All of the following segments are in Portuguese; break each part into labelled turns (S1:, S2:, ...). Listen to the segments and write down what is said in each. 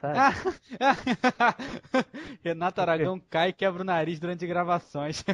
S1: sabe?
S2: Renato Aragão cai e quebra o nariz durante gravações.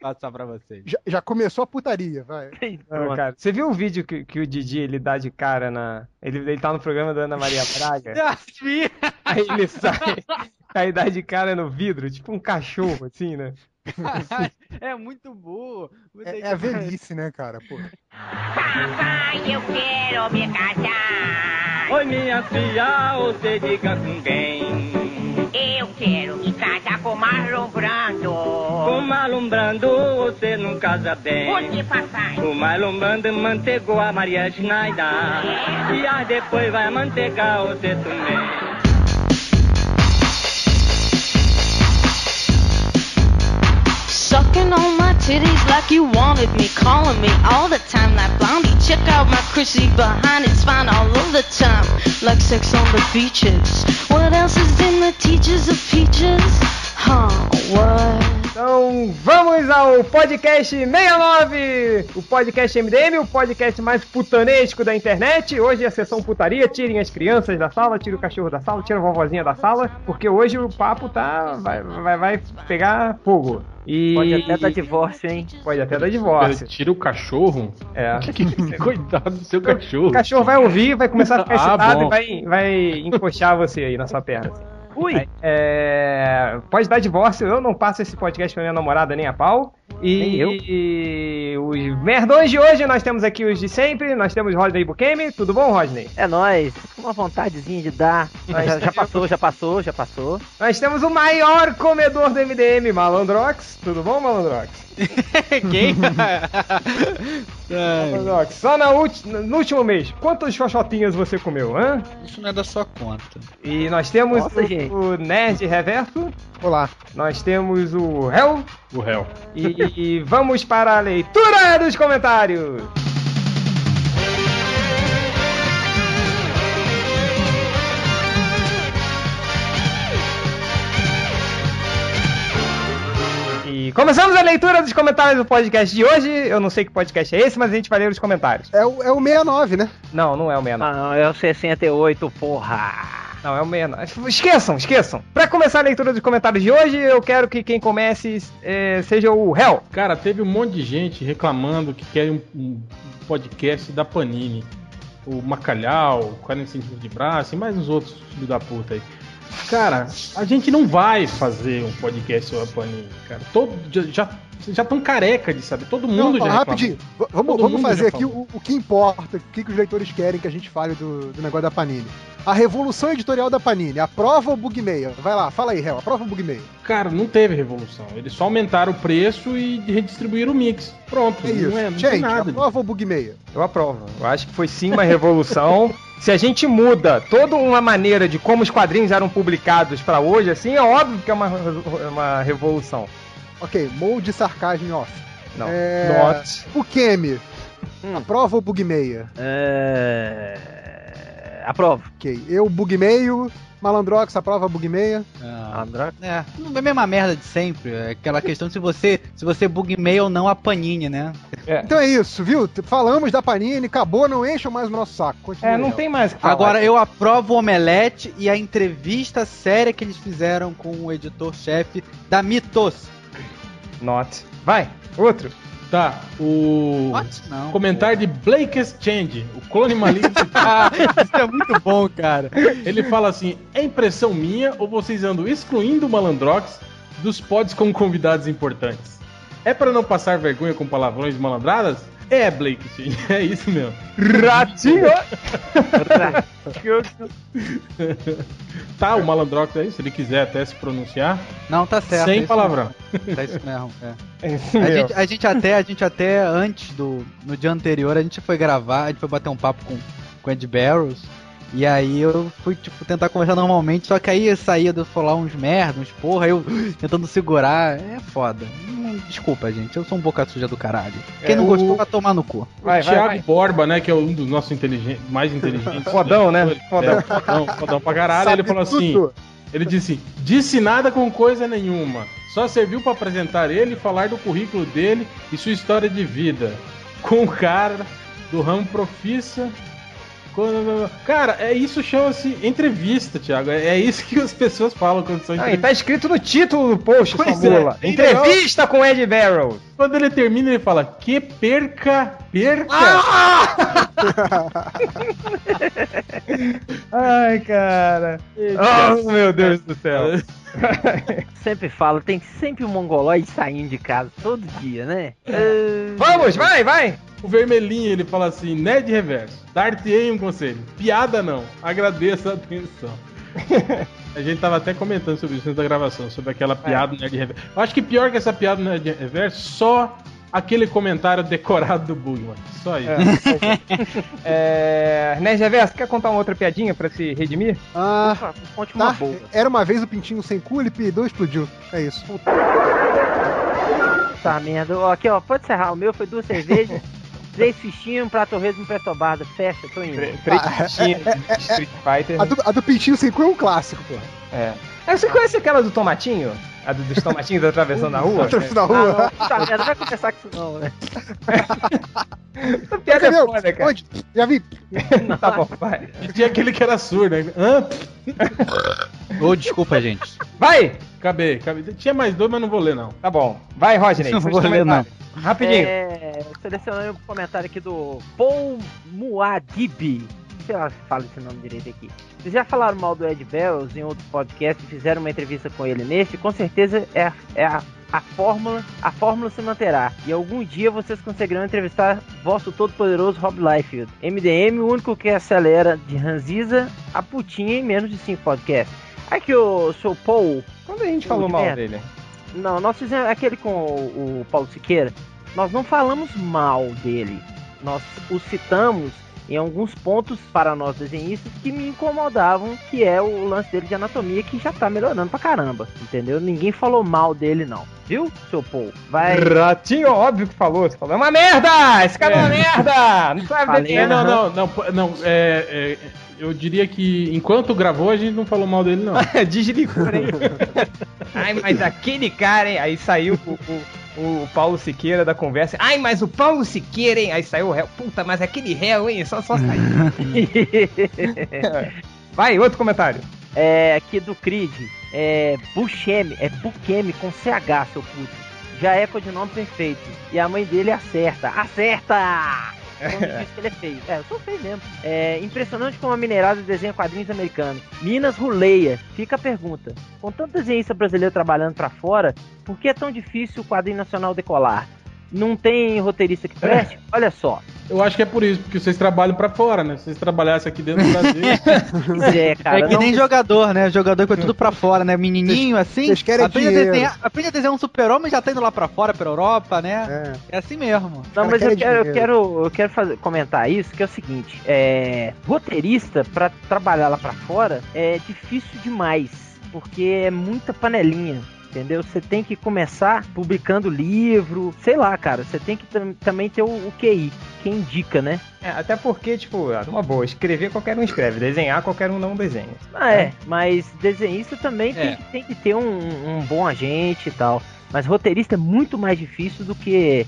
S2: Passar pra vocês.
S3: Já, já começou a putaria, vai.
S1: Pronto.
S4: Ah, cara, você viu o vídeo que, que o Didi ele dá de cara na. Ele, ele tá no programa da Ana Maria Braga,
S2: Ah, vi.
S4: aí ele sai, aí dá de cara no vidro, tipo um cachorro, assim, né?
S2: Caralho, é muito boa. Vou ter
S3: É,
S2: que-
S3: é a velhice, né, cara? Pô.
S5: Papai, eu quero me casar.
S6: Oi, minha filha, você diga com quem?
S5: Eu quero me casar com Marlon Brando.
S6: Com alumbrando, você não casa bem.
S5: Onde, papai?
S6: O alumbrando mantegou a Maria Schneider. E aí depois vai mantecar você também.
S7: Sucking on my titties like you wanted me, calling me all the time like blondie. Check out my Chrissy behind, it's fine all of the time, like sex on the beaches. What else is in the teachers of peaches? Huh, what?
S4: Então vamos ao podcast 69, o podcast MDM, o podcast mais putanesco da internet. Hoje é a sessão putaria, tirem as crianças da sala, tira o cachorro da sala, tira a vovozinha da sala, porque hoje o papo tá vai, vai, vai pegar fogo. E
S1: Pode até dar divórcio, hein?
S4: pode até dar divórcio.
S8: Tira o cachorro?
S4: É.
S8: Coitado do seu cachorro.
S4: O cachorro vai ouvir, vai começar a ficar
S8: Ah,
S4: excitado
S8: bom.
S4: e vai, vai encoxar você aí na sua perna.
S1: Ui!
S4: Aí, é, pode dar divórcio, eu não passo esse podcast pra minha namorada nem a pau.
S1: Nem eu.
S4: E, os merdões de hoje, nós temos aqui os de sempre, nós temos Rodney Bukemi, tudo bom, Rodney?
S1: É nóis, uma vontadezinha de dar. Mas já, já passou, já passou, já passou.
S4: Nós temos o maior comedor do MDM, Malandrox, tudo bom, Malandrox?
S2: Quem? Ai,
S4: Malandrox, só na ulti- no último mês, quantas xoxotinhas você comeu, hã?
S2: Isso não é da sua conta.
S4: E nós temos
S1: Nossa, gente.
S4: o, o Nerd Reverso,
S3: Olá.
S4: nós temos o Hell,
S8: O réu.
S4: E vamos para a leitura dos comentários. E Começamos a leitura dos comentários do podcast de hoje. Eu não sei que podcast é esse, mas a gente vai ler os comentários.
S3: É o, é o 69, né?
S4: Não, não é o 69.
S1: Ah, não, é o 68, porra!
S4: Não, é o 69. Esqueçam, esqueçam. Para começar a leitura dos comentários de hoje, eu quero que quem comece eh, seja o Hell.
S8: Cara, teve um monte de gente reclamando que quer um, um podcast da Panini. O Macalhau, o 40 centímetros de braço e mais uns outros filhos da puta aí. Cara, a gente não vai fazer um podcast sobre a Panini, cara. Todo, já, já, vocês já estão careca de saber. Todo mundo
S3: ó,
S8: já reclamou.
S3: rapidinho. V- Vamos,
S8: Todo
S3: vamos
S8: mundo
S3: fazer
S8: já
S3: aqui o, o que importa, o que, que os leitores querem que a gente fale do, do negócio da Panini. A revolução editorial da Panini. Aprova o Bugmeia. Vai lá, fala aí, Réu. Aprova o Bugmeia.
S8: Cara, não teve revolução. Eles só aumentaram o preço e redistribuíram o mix. Pronto,
S3: É isso.
S8: não é não tem
S3: gente,
S8: nada.
S3: aprova o Bugmeia.
S4: Eu aprovo. Eu acho que foi sim uma revolução. Se a gente muda toda uma maneira de como os quadrinhos eram publicados pra hoje, assim, é óbvio que é uma, é uma revolução.
S3: Ok, molde sarcasmo em off.
S4: Não.
S3: É...
S4: Note.
S3: O Kemi.
S1: Hum.
S3: Aprova o Bugmeia.
S1: É... Aprovo.
S3: Ok. Eu, Bugmeio. Malandrox, aprova o Bugmeia.
S2: Ah,
S1: Andro...
S2: É, não é a mesma merda de sempre. É aquela questão de se você, se você bugmeia ou não a panini, né?
S3: Então é isso, viu? T- Falamos da Panini, acabou, não encham mais o nosso saco. Continua.
S4: É, não
S3: Léo.
S4: tem mais o que falar.
S2: Agora eu aprovo o Omelete e a entrevista séria que eles fizeram com o editor-chefe da Mitos.
S4: Note. Vai, outro.
S8: Tá, o.
S2: What? Não.
S8: Comentário de Blake Exchange, o clone maligno.
S2: Ah, isso é muito bom, cara.
S8: Ele fala assim: é impressão minha ou vocês andam excluindo o Malandrox dos pods com convidados importantes? É pra não passar vergonha com palavrões e malandradas? É, Blake Exchange, é isso mesmo.
S4: Ratinho!
S8: Tá, o Malandrox aí, se ele quiser até se pronunciar,
S2: Não, tá certo. é
S8: sem
S2: isso
S8: palavrão.
S2: mesmo, Tá isso mesmo. é.
S4: É isso
S2: A,
S4: mesmo.
S2: gente, a gente até, a gente até antes do. No dia anterior, a gente foi gravar, a gente foi bater um papo com, com o Ed Barrows. E aí eu fui, tipo, tentar conversar normalmente, só que aí eu saía de eu falar uns merda, uns porra, eu tentando segurar. É foda. Hum, Desculpa, gente, eu sou um boca suja do caralho. Quem
S4: É,
S2: não
S4: o-
S2: gostou vai tomar no cu.
S4: Vai,
S8: o
S4: vai,
S8: Thiago
S4: vai.
S8: Borba, né, que é um dos nossos inteligen- mais inteligentes.
S4: Fodão, né? Fodão.
S8: É, fodão, fodão pra caralho. ele
S3: Sabe
S8: falou assim:
S3: tudo.
S8: Ele disse: disse nada com coisa nenhuma. Só serviu pra apresentar ele, falar do currículo dele e sua história de vida. Com um cara do ramo profissa Quando- Cara, é isso chama-se entrevista, Thiago. É é isso que as pessoas falam quando são
S4: Ah, e
S8: entrevistadas.
S4: tá escrito no título do post,
S8: Pois
S4: sua
S8: é,
S4: mula.
S8: bem
S4: Entrevista com Ed Barrows.
S8: Quando ele termina, ele fala: Que perca, perca.
S4: Ah! É. Ai, cara.
S8: Eita.
S4: Oh, meu Deus do céu.
S1: Sempre falo, tem sempre um mongoloide saindo de casa todo dia, né?
S4: Vamos, vai, vai.
S8: O vermelhinho ele fala assim: Ned Reverso, dar-te-ei um conselho. Piada não, agradeço a atenção. a gente tava até comentando sobre isso antes da gravação, sobre aquela piada do Ned Reverso. Eu acho que pior que essa piada do Ned Reverso, só aquele comentário decorado do Bugman. Só isso.
S4: É... Nerd Reverso, quer contar uma outra piadinha pra se redimir?
S3: Ah,
S1: Opa, Conte uma
S3: tá.
S1: boa.
S3: Era uma vez o pintinho sem cu, ele peidou e explodiu. É isso.
S1: Tá merda. Ó, Aqui, ó, pode encerrar. O meu foi duas cervejas, três fichinhos, um prato torresmo, um presto barda. Fecha, tô indo.
S4: Três bichinhos de Street Fighter.
S3: Ah, é. A do, a do pintinho sem cu é um clássico, pô.
S4: É. Ah, Você conhece aquela do Tomatinho? A do- dos Tomatinhos atravessando a rua? né?
S3: Atravessando a
S1: Ah, não,
S3: rua.
S1: puta merda, vai começar com isso não, né?
S4: Essa piada é
S3: Cadê?
S4: foda, cara.
S3: Onde? Já vi.
S4: Tá bom, vai.
S8: E tinha aquele que era surdo, né? Hã?
S2: Ô, desculpa, gente.
S4: Vai!
S8: Acabei, acabei. Tinha mais dois, mas não vou ler, não.
S4: Tá bom. Vai, Rodney.
S2: Não
S4: seus
S2: vou ler,
S4: comentários. Rapidinho.
S1: É, selecionei um comentário aqui do Paul Muadib. Sei lá se fala esse nome direito aqui. Vocês já falaram mal do Ed Bells em outros podcasts, fizeram uma entrevista com ele neste, com certeza é, a- é a, a fórmula, a fórmula se manterá. E algum dia vocês conseguirão entrevistar vosso todo-poderoso Rob Liefeld. MDM, o único que acelera de ranziza a putinha em menos de 5 podcasts. Aqui, o seu Paul,
S4: Quando a gente falou
S1: de
S4: mal
S1: merda.
S4: dele?
S1: não, nós fizemos aquele com o, o Paulo Siqueira. Nós não falamos mal dele. Nós o citamos em alguns pontos para nós desenhistas que me incomodavam, que é o lance dele de anatomia que já tá melhorando pra caramba, entendeu? Ninguém falou mal dele não, viu, seu Paul? Vai
S4: Ratinho, óbvio que falou. Você falou, é uma merda! Esse cara é, uma merda! Não sabe
S1: Falei,
S4: desenhar,
S8: É, não,
S1: Aham.
S8: não, não, p- não, é, é, eu diria que enquanto gravou a gente não falou mal dele, não.
S4: Desligou, hein? Ai, mas aquele cara, hein? Aí saiu o, o, o Paulo Siqueira da conversa. Ai, mas o Paulo Siqueira, hein? Aí saiu o réu. Puta, mas aquele réu, hein? Só, só saiu. Vai, outro comentário.
S1: É, aqui do Creed. É Buscemi, é Buquemi com CH, seu puto. Já é codinome perfeito. E a mãe dele acerta. Acerta! Quando diz que ele é feio. É, eu sou feio mesmo. É impressionante como a minerada desenha quadrinhos americanos. Minas ruleia. Fica a pergunta. Com tanto desenhista brasileiro trabalhando pra fora, por que é tão difícil o quadrinho nacional decolar? Não tem roteirista que preste? Olha só.
S8: Eu acho que é por isso, porque vocês trabalham pra fora, né? Se vocês trabalhassem aqui dentro do Brasil,
S1: Pois é, cara.
S2: é que
S1: não-
S2: nem jogador, né? Jogador que é tudo pra fora, né? Menininho, assim.
S3: vocês querem
S2: aprende, a
S3: dinheiro.
S2: desenhar, aprende a desenhar um super-homem já tá indo lá pra fora, pra Europa, né?
S3: É.
S2: É assim mesmo.
S1: Não,
S3: Cara,
S1: mas
S3: quero
S1: eu quero, eu
S3: dinheiro.
S1: quero, eu quero fazer, comentar isso, que é o seguinte, é, roteirista pra trabalhar lá pra fora é difícil demais, porque é muita panelinha. Entendeu? Você tem que começar publicando livro, sei lá, cara. Você tem que tam- também ter o, o QI, que indica, né?
S4: É, até porque, tipo, ah, uma boa, escrever qualquer um escreve, desenhar qualquer um não desenha.
S1: Ah, é. Mas desenhista também
S2: É.
S1: tem, que, tem que ter um, um bom agente e tal. Mas roteirista é muito mais difícil do que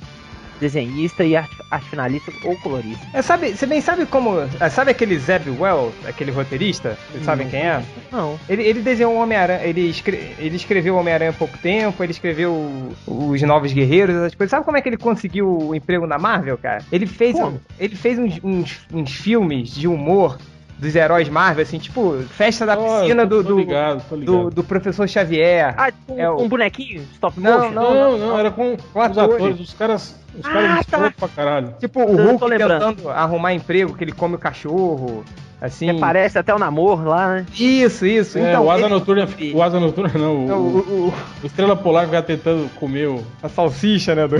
S1: desenhista e arte, arte finalista ou colorista.
S4: É, sabe, você bem sabe como. ah, Sabe aquele Zeb Wells, aquele roteirista? Vocês sabem quem é?
S1: Não.
S4: Ele, ele desenhou o Homem-Aranha, ele, escre- ele escreveu o Homem-Aranha há pouco tempo, ele escreveu o- os Novos Guerreiros, essas coisas. Sabe como é que ele conseguiu o emprego na Marvel, cara? Ele fez,
S1: Como?
S4: um- ele fez uns, uns- uns filmes de humor dos heróis Marvel, assim, tipo, Festa da
S8: Ó,
S4: Piscina
S8: tô,
S4: do,
S8: tô
S4: do,
S8: ligado, tô ligado.
S4: do, do Professor Xavier.
S1: Ah, com
S4: É o-
S1: um bonequinho? Stop
S4: Não,
S1: motion?
S8: Não, não, era com,
S4: Com
S8: os
S4: atores.
S8: atores, os caras, os
S1: Ah,
S8: caras
S1: tá.
S8: escroto pra caralho.
S4: Tipo, o
S1: Eu tô
S4: Hulk
S1: lembrando.
S4: tentando arrumar emprego, que ele come o cachorro, assim...
S1: Você É, parece até o namoro lá, né?
S4: Isso, isso.
S8: É,
S4: então,
S8: o Asa
S4: ele- Então,
S8: Noturna, o Asa Noturna não,
S4: o-
S8: o,
S4: o- o-
S8: o Estrela Polar que vai tentando comer o
S4: a salsicha, né, do...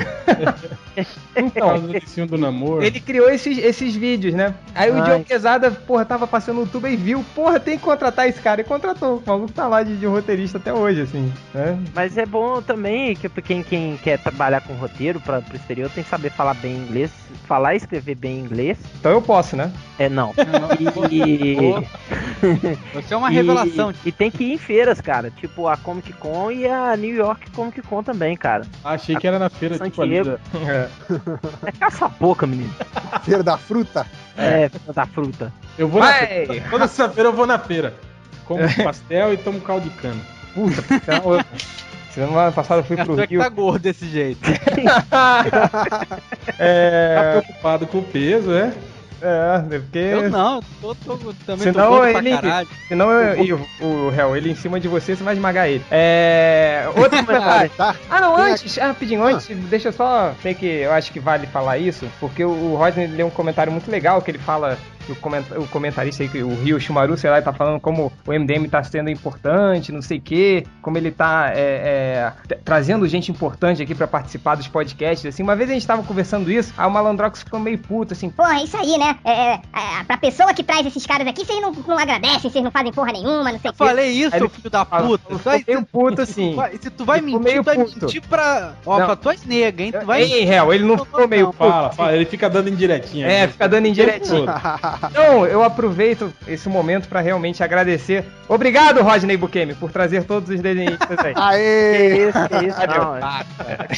S8: por causa do bichinho do namoro.
S4: Então, Ele criou esses, esses vídeos, né? Aí o
S1: Ai.
S4: Diogo Quesada, porra, tava passando no YouTube e viu, porra, tem que contratar esse cara. E contratou. O maluco tá lá de, de roteirista até hoje, assim, né?
S1: Mas é bom também que quem, quem quer trabalhar com roteiro para pro exterior tem que saber falar bem inglês, falar e escrever bem inglês.
S4: Então eu posso, né?
S1: É não. E,
S2: Você é uma
S1: e-
S2: revelação.
S1: E, tem que ir em feiras, cara. Tipo a Comic Con e a New York Comic Con também, cara.
S8: Ah, Achei que era na feira,
S1: San
S8: tipo ali.
S1: Diego.
S8: da-
S1: É caça a boca, menino.
S3: Feira da fruta.
S1: É, filho da fruta.
S8: Eu vou na
S4: Vai! É.
S8: feira. Toda sexta-feira eu vou na feira. Como pastel e tomo caldo de cana.
S4: Puta, então, eu... semana passada eu fui pro
S2: Tu é que
S4: Rio.
S2: tá gordo desse jeito.
S8: Tá preocupado com o peso, é?
S4: É, porque.
S2: Eu não, tô, tô- também
S4: Senão
S2: tô gordo pra
S4: ele-
S2: caralho.
S4: Senão eu, e o, o réu, ele em cima de você, você vai esmagar ele. É. Outro comentário.
S3: Tá?
S4: Ah, não,
S3: Tem
S4: antes, ah, rapidinho,
S3: Ah.
S4: antes, deixa eu só. Sei que eu acho que vale falar isso, porque o, o Rodney leu um comentário muito legal que ele fala. que O, comenta- o comentarista aí, que o Rio Chumaru, sei lá, ele tá falando como o MDM tá sendo importante, não sei o quê, como ele tá é, é, t- trazendo gente importante aqui pra participar dos podcasts, assim. Uma vez a gente tava conversando isso, aí o Malandrox ficou meio puto, assim,
S9: Porra, é isso aí, né? É, é, é, pra pessoa que traz esses caras aqui, vocês não, não agradecem, vocês não fazem porra nenhuma, não sei o quê.
S2: Falei isso,
S4: Aí ele-
S2: seu filho da
S4: Fala,
S2: puta.
S4: eu
S2: Só isso.
S4: fiquei um puto assim.
S2: Vai- Se tu vai
S4: Ficou
S2: mentir,
S4: meio
S2: tu vai
S4: puto.
S2: mentir pra. Ó,
S4: Não.
S2: pra tuas negas, hein? Tu vai.
S4: Ei, réu, ele não ficou meio puto.
S8: Fala, fala. Ele fica dando indiretinha.
S4: É,
S8: né?
S4: fica dando indiretinho.
S8: Todo.
S4: Então, eu aproveito esse momento pra realmente agradecer. Obrigado, Rodney Bukemi, por trazer todos os desenhistas aí.
S3: Aê!
S1: Que É isso, que isso, não. É
S2: Ah,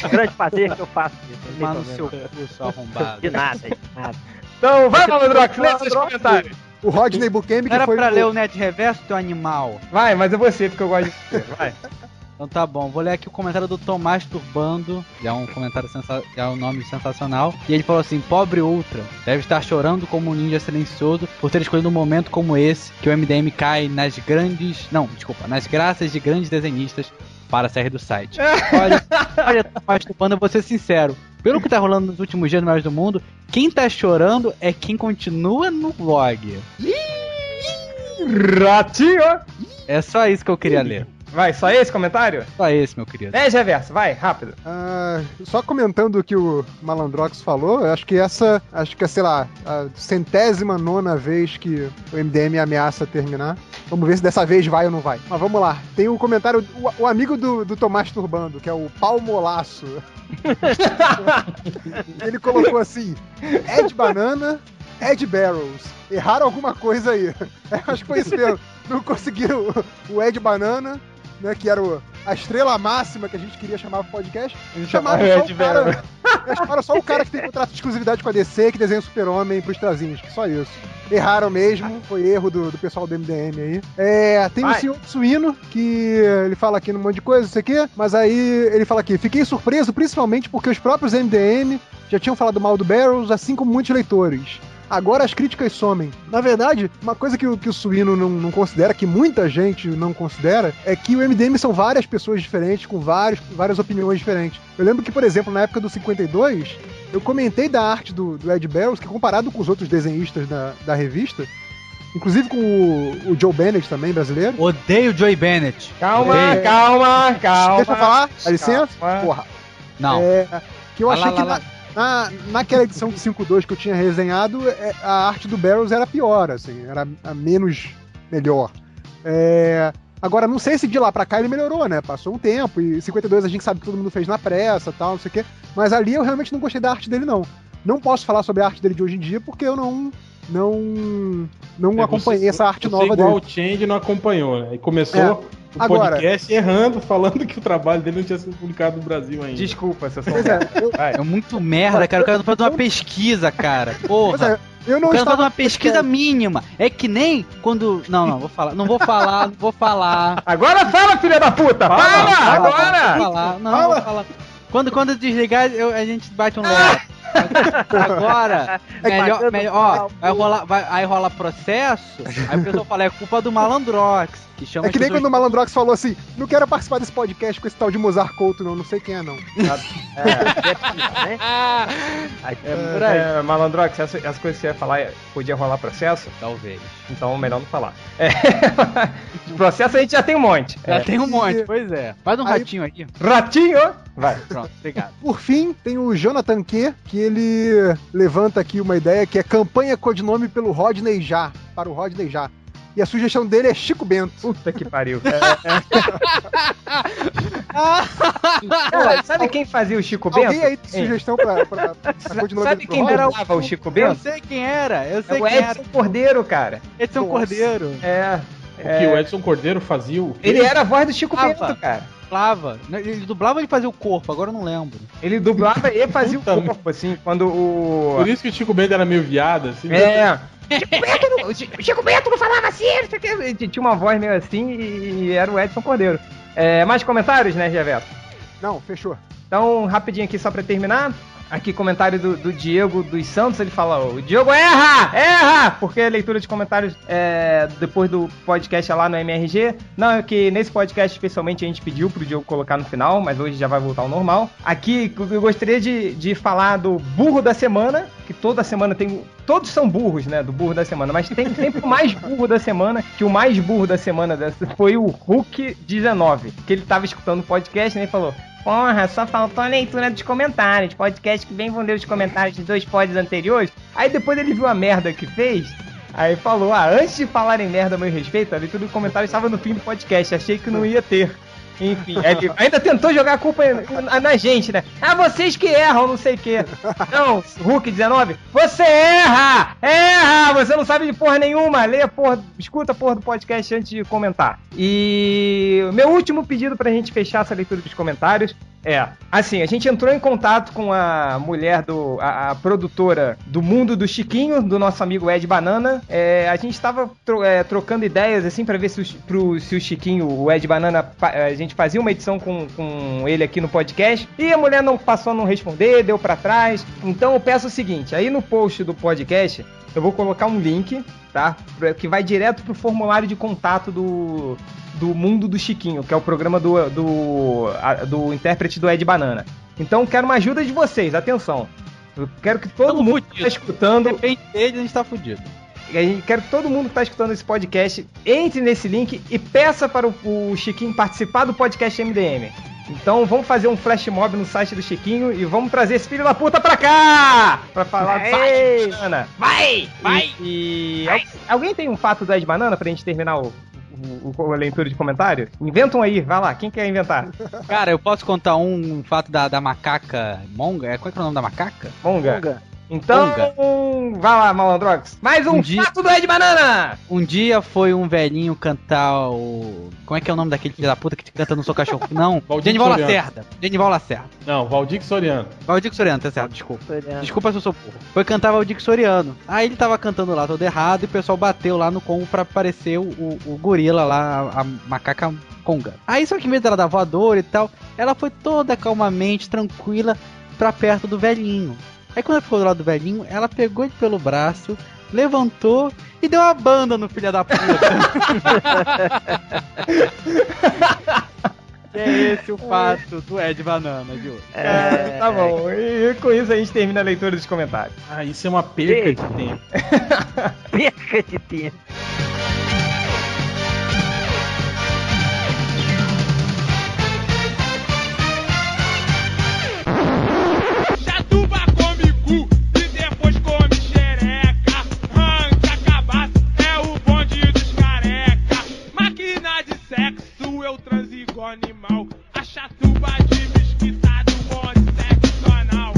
S1: um grande prazer que eu faço isso.
S2: tomar
S1: não tem
S2: no
S1: problema.
S2: seu cu, seu arrombado.
S1: De nada, de nada.
S4: Então, vai, Malandrox, lê seus comentários.
S3: O Rodney Bukemi,
S2: Não
S3: que
S2: era
S3: foi
S2: pra
S3: o-
S2: ler o Net Reverso, teu animal.
S4: Vai, mas é você, porque eu gosto de você. Vai.
S2: Então tá bom, vou ler aqui o comentário do Tomás Turbando, que é um comentário sensa... que é um nome sensacional. E ele falou assim: pobre Ultra, deve estar chorando como um ninja silencioso por ter escolhido um momento como esse, que o MDM cai nas grandes. Não, desculpa, nas graças de grandes desenhistas para sair do site. Olha, olha Tomás Turbando, eu vou ser sincero. Pelo que tá rolando nos últimos dias no mais do mundo, quem tá chorando é quem continua no blog.
S4: Ratinho!
S2: É só isso que eu queria ler.
S4: Vai, só esse comentário?
S2: Só esse, meu querido.
S4: É, Reverso, vai, rápido.
S3: Ah, só comentando o que o Malandrox falou, eu acho que essa, acho que é, sei lá, a centésima nona vez que o MDM ameaça terminar. Vamos ver se dessa vez vai ou não vai. Mas vamos lá. Tem um comentário, o, o amigo do, do Tomás Turbando, que é o Palmolaço. Ele colocou assim: Ed Banana, Ed Barrels. Erraram alguma coisa aí. Eu acho que foi isso mesmo. Não conseguiram o- o Ed Banana, né, que era o- a estrela máxima que a gente queria chamar pro podcast. Chamaram só, o cara, chamaram só o cara que tem contrato de exclusividade com a DC, que desenha o Super-Homem pros trazinhos. Só isso. Erraram mesmo, foi erro do, do pessoal do MDM aí. É, tem
S4: Vai.
S3: o senhor Suíno, que ele fala aqui um monte de coisa, isso aqui, mas aí ele fala aqui: fiquei surpreso principalmente porque os próprios MDM já tinham falado mal do Barrels, assim como muitos leitores. Agora as críticas somem. Na verdade, uma coisa que, o- que o Suíno não, não considera, que muita gente não considera, é que o MDM são várias pessoas diferentes, com vários, várias opiniões diferentes. Eu lembro que, por exemplo, na época do 52, eu comentei da arte do, do Ed Barrows, que comparado com os outros desenhistas da, da revista, inclusive com o, o Joe Bennett também, brasileiro.
S2: Odeio o Joey Bennett.
S4: Calma,
S2: Odeio.
S4: calma, calma.
S3: Deixa eu falar, dá licença.
S4: Calma.
S3: Porra.
S2: Não.
S3: É, que eu
S2: Lá,
S3: achei
S2: lá,
S3: que
S2: lá,
S3: na, na- naquela edição do 5.2 que eu tinha resenhado, é, a arte do Barrels era pior, assim, era a menos melhor. É, agora, não sei se de lá pra cá ele melhorou, né? Passou um tempo, e 52 a gente sabe que todo mundo fez na pressa tal, não sei o quê. Mas ali eu realmente não gostei da arte dele, não. Não posso falar sobre a arte dele de hoje em dia, porque eu não. Não, não
S8: É,
S3: acompanhei
S8: você-
S3: essa arte
S8: você
S3: nova
S8: igual
S3: dele.
S8: o Change não acompanhou, né? E começou
S3: É.
S8: o
S3: Agora-
S8: podcast errando, falando que o trabalho dele não tinha sido publicado no Brasil ainda.
S4: Desculpa, seu som.
S3: Pois é, eu,
S2: É muito merda, cara. O cara não faz uma pesquisa, cara.
S3: pois
S2: Porra.
S3: é, eu
S2: O
S3: não
S2: cara faz
S8: tá
S3: estava.
S2: uma pesquisa mínima. É que nem quando. Não, não, vou falar. Não vou falar, não vou falar.
S4: Agora fala, filha da puta! Fala,
S2: Fala,
S4: agora!
S2: Não vou falar. Não,
S3: Fala.
S2: vou falar. Quando, quando eu desligar, eu- a gente bate um leve. Agora,
S1: É
S2: melhor,
S3: tá
S1: pagando
S2: melhor, ó,
S1: pau.
S2: vai rolar, vai, aí rola processo, aí o pessoal fala, é culpa do malandrox, que chama
S3: É que nem
S2: as
S3: quando o
S2: pessoas-
S3: Malandrox falou assim: não quero participar desse podcast com esse tal de Mozart Couto, não, não sei quem é, não.
S1: Né?
S4: É, é, Malandrox, essa- essas coisas que você ia falar podia rolar processo,
S2: Talvez.
S4: então melhor não falar. É, de processo a gente já tem um monte.
S2: Já tem um monte,
S3: E-
S2: pois é. Faz um
S3: Aí-
S2: ratinho aqui.
S4: Ratinho! Vai.
S2: Pronto, obrigado.
S3: Por fim, tem o Jonathan Q, que ele levanta aqui uma ideia que é campanha codinome pelo Rodney Já, para o Rodney Já. E a sugestão dele é Chico Bento.
S4: Puta que pariu. Cara, sabe quem fazia o Chico Bento?
S3: Alguém aí tem
S4: Hein?
S3: sugestão para codinome
S4: Sabe
S3: dele
S4: quem
S3: pro
S4: dublava o Chico
S2: Eu
S4: Bento?
S2: sei quem era, eu
S4: É
S2: sei
S4: o
S2: quem era.
S4: Edson Cordeiro, cara.
S2: Edson um Cordeiro.
S4: É.
S8: O que o Edson Cordeiro fazia o quê?
S4: Ele era a voz do Chico
S2: Ah, pá.
S4: Bento, cara.
S2: Dublava. Não, Ele dublava ele fazia o corpo, agora eu não lembro.
S4: Ele dublava e fazia o
S8: Puta,
S4: corpo, assim, quando o.
S8: Por isso que o Chico Bento era meio viado, assim. né?
S4: É, Chico Bento não, o Chi- o Chico Bento não falava assim, não sei o quê. E Tinha uma voz meio assim e, e era o Edson Cordeiro. É, mais comentários, né, Geveto?
S3: Não, fechou.
S4: Então, rapidinho aqui só pra terminar. Aqui, comentário do, do Diego dos Santos. Ele fala: O Diego erra! Erra! Porque a leitura de comentários é, depois do podcast lá no MRG. Não, é que nesse podcast, especialmente, a gente pediu pro Diego colocar no final, mas hoje já vai voltar ao normal. Aqui, eu gostaria de, de falar do burro da semana, que toda semana tem. Todos são burros, né? Do burro da semana, mas tem sempre o mais burro da semana, que o mais burro da semana dessa foi o Hulk19, que ele tava escutando o podcast né, e falou. Porra, só faltou a leitura dos comentários. Podcast que vem vão ler os comentários dos dois pods anteriores. Aí depois ele viu a merda que fez. Aí falou: Ah, antes de falarem merda a meu respeito, a leitura do comentário estava no fim do podcast. Achei que não ia ter. Enfim, aí ele ainda tentou jogar a culpa na- na gente, né? Ah, vocês que erram, não sei o quê. Não, Hulk 19, você erra! Erra! Você não sabe de porra nenhuma. Lê a porra, escuta a porra do podcast antes de comentar. E o meu último pedido pra gente fechar essa leitura dos comentários é, assim, a gente entrou em contato com a mulher do. a, a produtora do mundo do Chiquinho, do nosso amigo Ed Banana. É, a gente tava tro- é, trocando ideias, assim, pra ver se o, Chi- pro, se o Chiquinho, o Ed Banana, fa- a gente fazia uma edição com, com ele aqui no podcast. E a mulher não passou a não responder, deu pra trás. Então eu peço o seguinte: aí no post do podcast, eu vou colocar um link, tá? Pra- Que vai direto pro formulário de contato do, do Mundo do Chiquinho, que é o programa do, do, a- do intérprete do Ed Banana. Então quero uma ajuda de vocês, atenção. Eu quero que todo
S2: Tamo
S4: mundo que tá
S2: fudido.
S4: escutando,
S2: Depende dele, a gente tá fudido.
S4: e aí quero que todo mundo que tá escutando esse podcast entre nesse link e peça para o, o Chiquinho participar do podcast MDM. Então vamos fazer um flash mob no site do Chiquinho e vamos trazer esse filho da puta pra cá! Pra falar do site, Banana.
S5: Vai! Vai!
S4: E, e al- alguém tem um fato do Ed Banana pra gente terminar o, o, o- a leitura de comentário? Inventam aí, vai lá, quem quer inventar?
S2: Cara, eu posso contar um fato da, da macaca monga? É, Qual é, que é o nome da macaca?
S4: Monga.
S1: Monga.
S4: Então, vai lá, Malandrox. Mais um,
S2: Um dia-
S4: fato do Ed Banana!
S2: Um dia foi um velhinho cantar o... Como é que é o nome daquele filho da puta que canta no seu cachorro? Não,
S8: Valdir
S2: Genival
S8: Soriano.
S2: Lacerda. Genival Lacerda.
S8: Não, Valdir Soriano.
S2: Valdir Soriano, tá certo, desculpa.
S1: Tô olhando.
S2: Desculpa se eu sou burro. Foi cantar Valdir Soriano. Aí ele tava cantando lá todo errado e o pessoal bateu lá no Congo pra aparecer o, o, o gorila lá, a, a macaca conga. Aí só que em vez dela dar voadora e tal, ela foi toda calmamente, tranquila, pra perto do velhinho. Aí quando ela ficou do lado do velhinho, ela pegou ele pelo braço, levantou e deu uma banda no filho da puta. E é esse o fato do Ed Banana de hoje.
S4: É, tá bom. E, e com isso a gente termina a leitura dos comentários.
S8: Ah, isso é uma perca
S1: Ei.
S8: de tempo.
S1: Perca de tempo.
S6: Chatuba come cu e depois come xereca. Ranca cabaço é o bonde dos careca. Máquina de sexo, eu transigo animal. A chatuba de bisquitado consexual.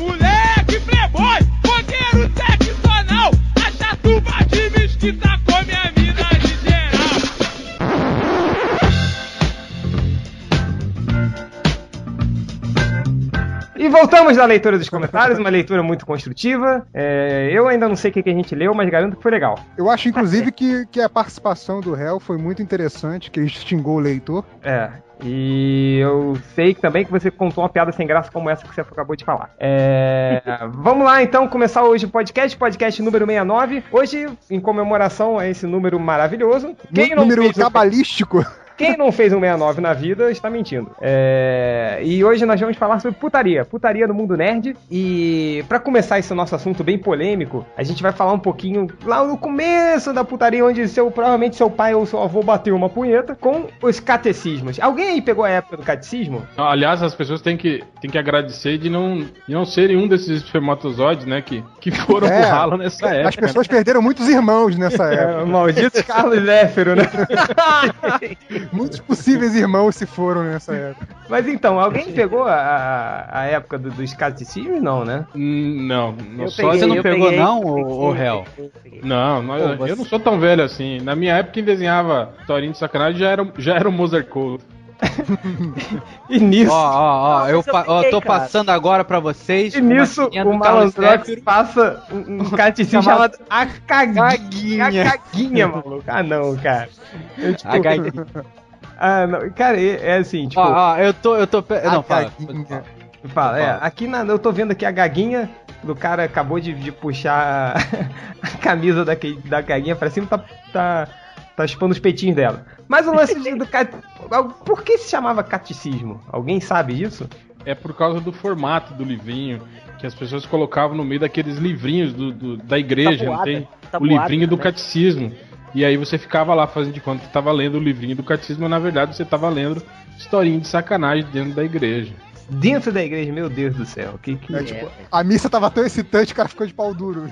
S6: Moleque playboy, fogueiro sexual. A chatuba de mesquita come a mina de geral.
S4: E voltamos da leitura dos comentários, uma leitura muito construtiva. É, eu ainda não sei o que, que a gente leu, mas garanto que foi legal.
S3: Eu acho, inclusive, que, que a participação do réu foi muito interessante, que ele xingou o leitor.
S4: É. E eu sei também que você contou uma piada sem graça como essa que você acabou de falar. É, vamos lá então começar hoje o podcast, podcast número 69. Hoje, em comemoração a esse número maravilhoso. Quem não
S3: número
S4: fez o-
S3: cabalístico.
S4: Quem não fez um 69 na vida está mentindo. É, E hoje nós vamos falar sobre putaria, putaria no mundo nerd. E para começar esse nosso assunto bem polêmico, a gente vai falar um pouquinho lá no começo da putaria, onde seu, provavelmente seu pai ou seu avô bateu uma punheta com os catecismos. Alguém aí pegou a época do catecismo?
S8: Aliás, as pessoas têm que, têm que agradecer de não, de não serem um desses espermatozoides, né? Que, que foram
S3: É.
S8: pro ralo nessa época.
S3: As pessoas perderam muitos irmãos nessa
S4: É,
S3: época.
S4: maldito Carlos Léfero, né?
S3: Muitos possíveis irmãos se foram nessa época.
S4: Mas então, alguém pegou a- a, a época do- dos catecismos? Não, né?
S8: Hum, Não, não
S1: Eu
S8: só
S1: peguei,
S2: você não
S1: eu
S2: pegou
S1: peguei,
S2: não,
S1: eu
S2: ô-
S1: peguei,
S2: ô
S1: eu
S2: réu?
S1: peguei, eu peguei.
S8: Não, nós-
S2: Pô, você-
S8: eu não sou tão velho assim. Na minha época, quem desenhava historinha de sacanagem já era, já era o Mozart Cole.
S4: E nisso,
S2: Ó, ó, ó,
S1: Não,
S2: eu
S1: mas eu
S2: pa- ó,
S1: fiquei,
S2: tô
S1: cara.
S2: passando agora pra vocês.
S4: e nisso
S2: uma linha do
S4: o
S2: Carlos
S4: Malandrox
S2: Zéfiro.
S4: passa um, um catecismo chamado A Caguinha.
S2: Caguinha.
S4: A Caguinha, maluco. Ah, não, cara. Eu, tipo,
S2: A gaguinha.
S4: ah, não. Cara, é é assim, tipo...
S2: Ó, ó, eu tô, eu tô.
S4: Ah,
S2: pe- Não, fala.
S3: Gaguinha.
S4: Fala, é,
S2: Fala.
S4: aqui na, eu tô vendo aqui a gaguinha do cara acabou de, de puxar a camisa da, que- da gaguinha pra cima, tá, tá, tá expondo os peitinhos dela. Mas o lance de- do cat... Por que se chamava catecismo? Alguém sabe disso?
S8: É por causa do formato do livrinho, que as pessoas colocavam no meio daqueles livrinhos do- do- da igreja, não
S1: Tabuada.
S8: tem? o
S1: Tabuada
S8: livrinho do
S2: né?
S1: também.
S8: catecismo. E aí você ficava lá fazendo de conta que tava lendo o livrinho do catecismo, mas na verdade você tava lendo historinha de sacanagem dentro da igreja.
S4: Dentro da igreja, meu Deus do céu. Que, que...
S3: É, tipo, a missa tava tão excitante, o cara ficou de pau duro.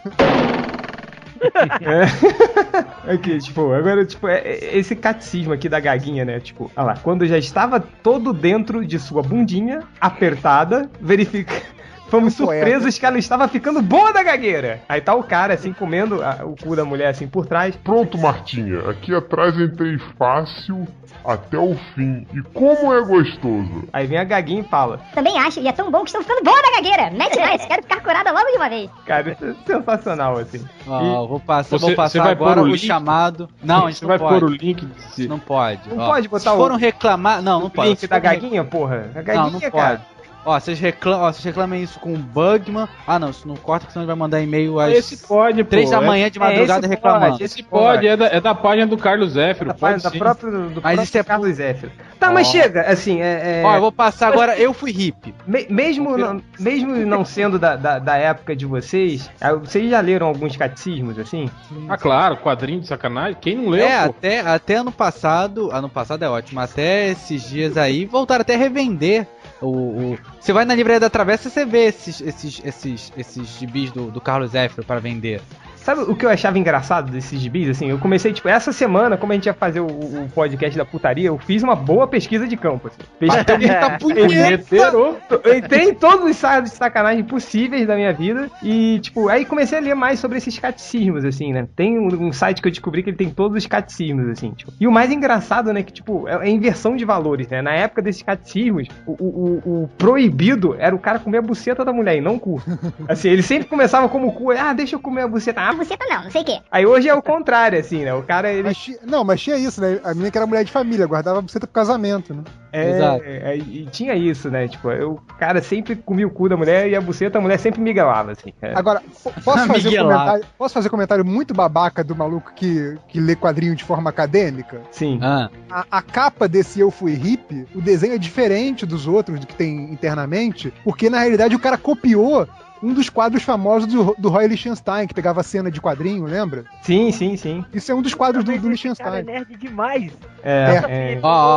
S4: Aqui, tipo, agora, tipo, é- é- esse catecismo aqui da gaguinha, né? Tipo, olha lá, quando já estava todo dentro de sua bundinha, apertada, verifica. Fomos
S3: Um poeta.
S4: surpresos que ela estava ficando boa da gagueira. Aí tá o cara, assim, comendo a- o cu da mulher, assim, por trás.
S10: Pronto, Martinha, aqui atrás entrei fácil até o fim. E como é gostoso!
S4: Aí vem a gaguinha e fala.
S9: Também acho, e é tão bom que estão ficando boa da gagueira. Mete mais, quero ficar curada logo de uma vez.
S4: Cara, isso é sensacional, assim.
S2: Ó, eu vou passar,
S8: Você-
S2: vou
S8: você
S2: passar
S8: vai
S2: agora
S8: pôr o
S2: o,
S8: link?
S2: chamado. Não, a gente
S8: você
S2: não
S8: vai
S2: pode.
S8: pôr o link desse.
S2: Não pode.
S4: Não
S2: ó.
S4: pode botar o-
S2: Se foram reclamar. Não, não
S4: o
S2: pode.
S4: link
S2: Se
S4: da
S2: foram
S4: gaguinha, porra. A gaguinha,
S2: Não, não
S4: cara.
S2: pode. Ó, vocês reclamam, ó, vocês reclamam isso com o Bugman. Ah, não, isso não corta, que senão ele vai mandar e-mail às
S8: Esse pode, pô.
S2: 3 da
S8: é-
S2: manhã de madrugada
S4: esse
S2: reclamando.
S4: pode,
S8: Esse pode, é da, é da página do Carlos Zéfiro.
S2: É
S4: Da,
S8: pode
S4: da
S8: sim.
S4: própria, do próprio
S2: isso é-
S4: Carlos Zéfiro. Tá, mas
S2: Ó.
S4: chega, assim, é... é-
S2: Ó, eu vou passar agora, eu fui hippie.
S4: Me- mesmo, não, mesmo não sendo da, da, da época de vocês, ah, vocês já leram alguns catecismos, assim?
S8: Ah, claro, quadrinho de sacanagem. Quem não leu,
S2: é,
S8: pô?
S2: até, até ano passado, ano passado é ótimo, até esses dias aí, voltaram até a revender. O, o- Você vai na livraria da Travessa e você vê esses, esses, esses, esses gibis do, do Carlos Zéfiro pra vender.
S4: Sabe o que eu achava engraçado desses gibis, assim? Eu comecei, tipo, essa semana, como a gente ia fazer o, o podcast da putaria, eu fiz uma boa pesquisa de campo, assim. Pesquisa...
S2: Eita, punheta!
S4: Punheteiro. é Eu entrei em todos os sites de sacanagem possíveis da minha vida e, tipo, aí comecei a ler mais sobre esses catecismos, assim, né? Tem um, um site que eu descobri que ele tem todos os catecismos, assim, tipo. E o mais engraçado, né, que, tipo, é é a inversão de valores, né? Na época desses catecismos, o, o- o- o proibido era o cara comer a buceta da mulher e não o cu. Assim, ele sempre começava como cu, ah, deixa eu comer a buceta.
S9: Ah,
S4: Ah,
S9: você tá não, não sei o quê.
S4: Aí hoje é o contrário, assim, né? O cara, ele...
S3: Mas ti- não, mas tinha isso, né? A minha que era mulher de família, guardava a buceta pro casamento, né?
S4: É,
S2: Exato.
S4: é, e tinha isso, né? Tipo, eu, o cara sempre comia o cu da mulher e a buceta, a mulher sempre miguelava, assim. É.
S3: Agora, po- posso fazer, um
S2: Miguelado.
S3: comentário, posso fazer um comentário muito babaca do maluco que, que lê quadrinho de forma acadêmica?
S4: Sim.
S2: Ah,
S3: A, a capa desse Eu Fui Hip, o desenho é diferente dos outros, do que tem internamente, porque na realidade o cara copiou um dos quadros famosos do, do Roy Lichtenstein, que pegava cena de quadrinho, lembra?
S4: Sim, sim, sim.
S3: Isso é um dos quadros do, do
S1: Esse cara é
S3: Lichtenstein.
S1: nerd demais.
S4: É, é.
S2: ó, ó,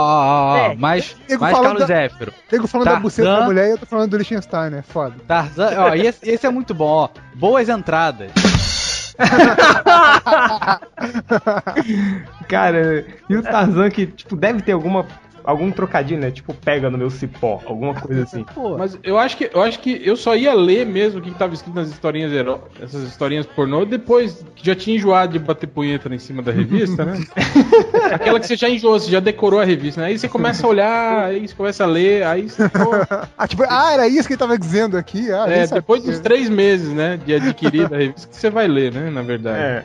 S2: ó, ó, mais,
S3: Nego
S2: mais
S3: falando
S2: Carlos
S3: da-
S2: Zéfiro.
S3: Nego falando da
S2: Tarzan.
S3: buceta da mulher e eu tô falando do Lichtenstein, né? Foda.
S2: Tarzan, ó, e esse, esse é muito bom, ó. Boas entradas.
S4: Cara, e o Tarzan que, tipo, deve ter alguma. algum trocadilho, né? Tipo, pega no meu cipó, alguma coisa assim.
S2: Pô,
S8: Mas eu acho que eu acho que eu só ia ler mesmo o que tava escrito nas historinhas heró- essas historinhas pornô depois que já tinha enjoado de bater punheta em cima da revista, né? Aquela que você já enjoou, você já decorou a revista, né? Aí você começa a olhar, aí você começa a ler, aí você, pô,
S3: Ah, tipo, ah, era isso que ele tava dizendo aqui. Ah, nem
S8: é,
S3: sabia.
S8: depois dos três meses, né, de adquirir a revista que você vai ler, né, na verdade.
S4: É.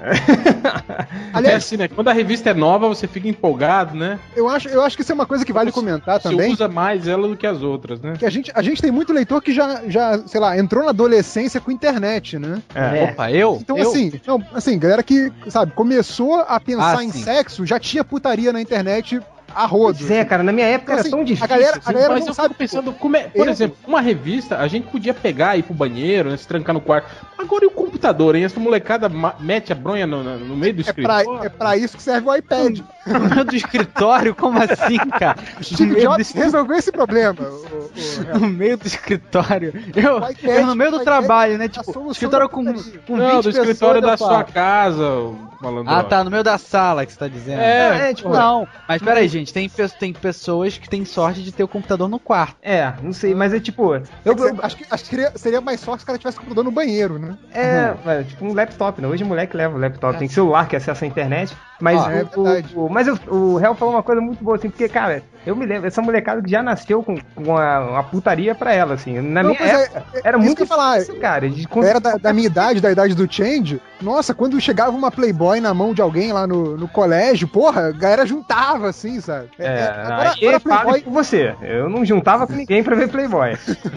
S8: É
S3: Aliás,
S8: assim, né? Quando a revista é nova, você fica empolgado, né?
S3: eu acho, eu acho que isso é uma coisa que vale
S8: Você-
S3: comentar
S8: Você
S3: também.
S8: usa mais ela do que as outras, né?
S3: Que a gente, a gente tem muito leitor que já, já, sei lá, entrou na adolescência com internet, né?
S4: É.
S2: Opa, eu?
S3: Então,
S2: eu?
S3: assim, não, assim, galera que, sabe, começou a pensar
S2: Ah,
S3: em
S2: sim.
S3: sexo, já tinha putaria na internet a rodo.
S4: Pois é, cara, na minha época
S3: Então,
S4: era
S3: assim,
S4: tão difícil.
S3: a galera, a
S8: Sim,
S3: galera
S8: mas
S3: não
S8: eu
S3: sabe.
S8: fico pensando, como é- por
S3: Eu-
S8: exemplo, uma revista, a gente podia pegar e ir pro banheiro, né, se trancar no quarto. Agora e o computador, hein? Essa molecada ma- mete a bronha no, no- no meio do
S3: É pra,
S8: escritório.
S3: é pra isso que serve o iPad.
S2: Meu do escritório, como assim, cara? No
S3: Steve
S2: meio do
S3: Jobs resolveu esse problema. O- o-
S2: no meio do escritório. Eu,
S3: Vai que é,
S2: eu no meio do
S3: vai que é
S2: trabalho, né?
S3: a
S2: Tipo,
S3: solução
S2: escritório
S3: da
S2: com,
S3: putaria.
S2: com
S8: Não,
S2: 20
S8: do
S2: pessoas,
S8: escritório
S2: eu
S8: da
S2: falo.
S8: sua casa, ô, malandro.
S2: Ah, tá, no meio da sala que você tá dizendo.
S8: É,
S4: é, tipo,
S2: Não, mas peraí, gente, tem, pe- tem pessoas que têm sorte de ter o computador no quarto.
S4: É, não sei, mas é tipo. Eu, eu-
S3: Acho que, acho que seria, seria mais sorte se o cara tivesse computador no banheiro, né?
S4: é, é, tipo um laptop, né? Hoje o moleque leva o laptop, tem celular que acessa a internet. Mas,
S2: Ah,
S3: é
S4: o,
S3: verdade.
S4: o- mas o, o Hell falou uma coisa muito boa, assim, porque, cara, Eu me lembro, essa molecada que já nasceu com, com a, uma putaria pra ela, assim. Na
S3: Não,
S4: minha
S3: pois é,
S4: época, era
S3: isso
S4: muito
S3: que eu ia falar.
S4: difícil, cara. De
S3: Eu era da, da minha idade, da idade do Change. Nossa, quando chegava uma Playboy na mão de alguém lá no, no colégio, porra, a galera juntava assim, sabe? É,
S4: É,
S3: é, agora,
S4: aí
S3: agora
S4: fala
S3: Playboy,
S4: com você. Eu não juntava com ninguém pra ver Playboy.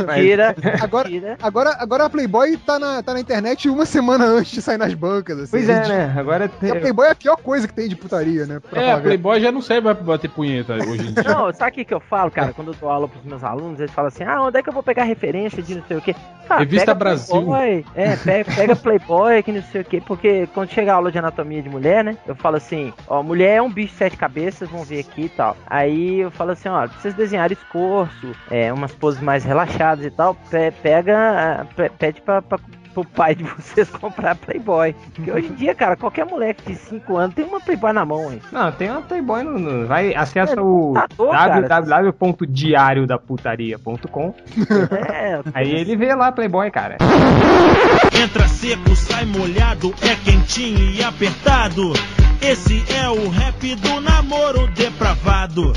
S4: Mas-
S1: Tira,
S3: agora,
S1: tira.
S3: agora, agora a Playboy tá na, tá na internet uma semana antes de sair nas bancas, assim.
S4: Pois é, né? Agora
S3: E
S4: tem.
S3: a Playboy é a pior coisa que tem de putaria, né? Pra
S8: É,
S3: falar a
S8: a Playboy já não serve pra bater punheta hoje em dia.
S1: Não, sabe o que, que eu falo, cara? Quando eu dou aula pros meus alunos, eles falam assim: ah, onde é que eu vou pegar referência de não sei o quê? Fala,
S8: Revista
S1: pega
S8: Brasil.
S1: Playboy, é, pega, pega Playboy, que não sei o quê. Porque quando chega a aula de anatomia de mulher, né? Eu falo assim: ó, mulher é um bicho de sete cabeças, vão ver aqui e tal. Aí eu falo assim: ó, pra vocês desenharem esforço, é, umas poses mais relaxadas e tal, pe- pega, ah, pe- pede pra. pra pro pai de vocês comprar Playboy. Porque hoje em dia, cara, qualquer moleque de 5 anos tem uma Playboy na mão, hein?
S4: Não, tem uma Playboy no. no- vai,
S3: É,
S4: acessa o
S1: Tá bom, cara.
S4: www.diariodaputaria.com.
S1: É,
S4: Aí ele vê lá Playboy, cara.
S6: Entra seco, sai molhado, é quentinho e apertado. Esse é o rap do namoro depravado.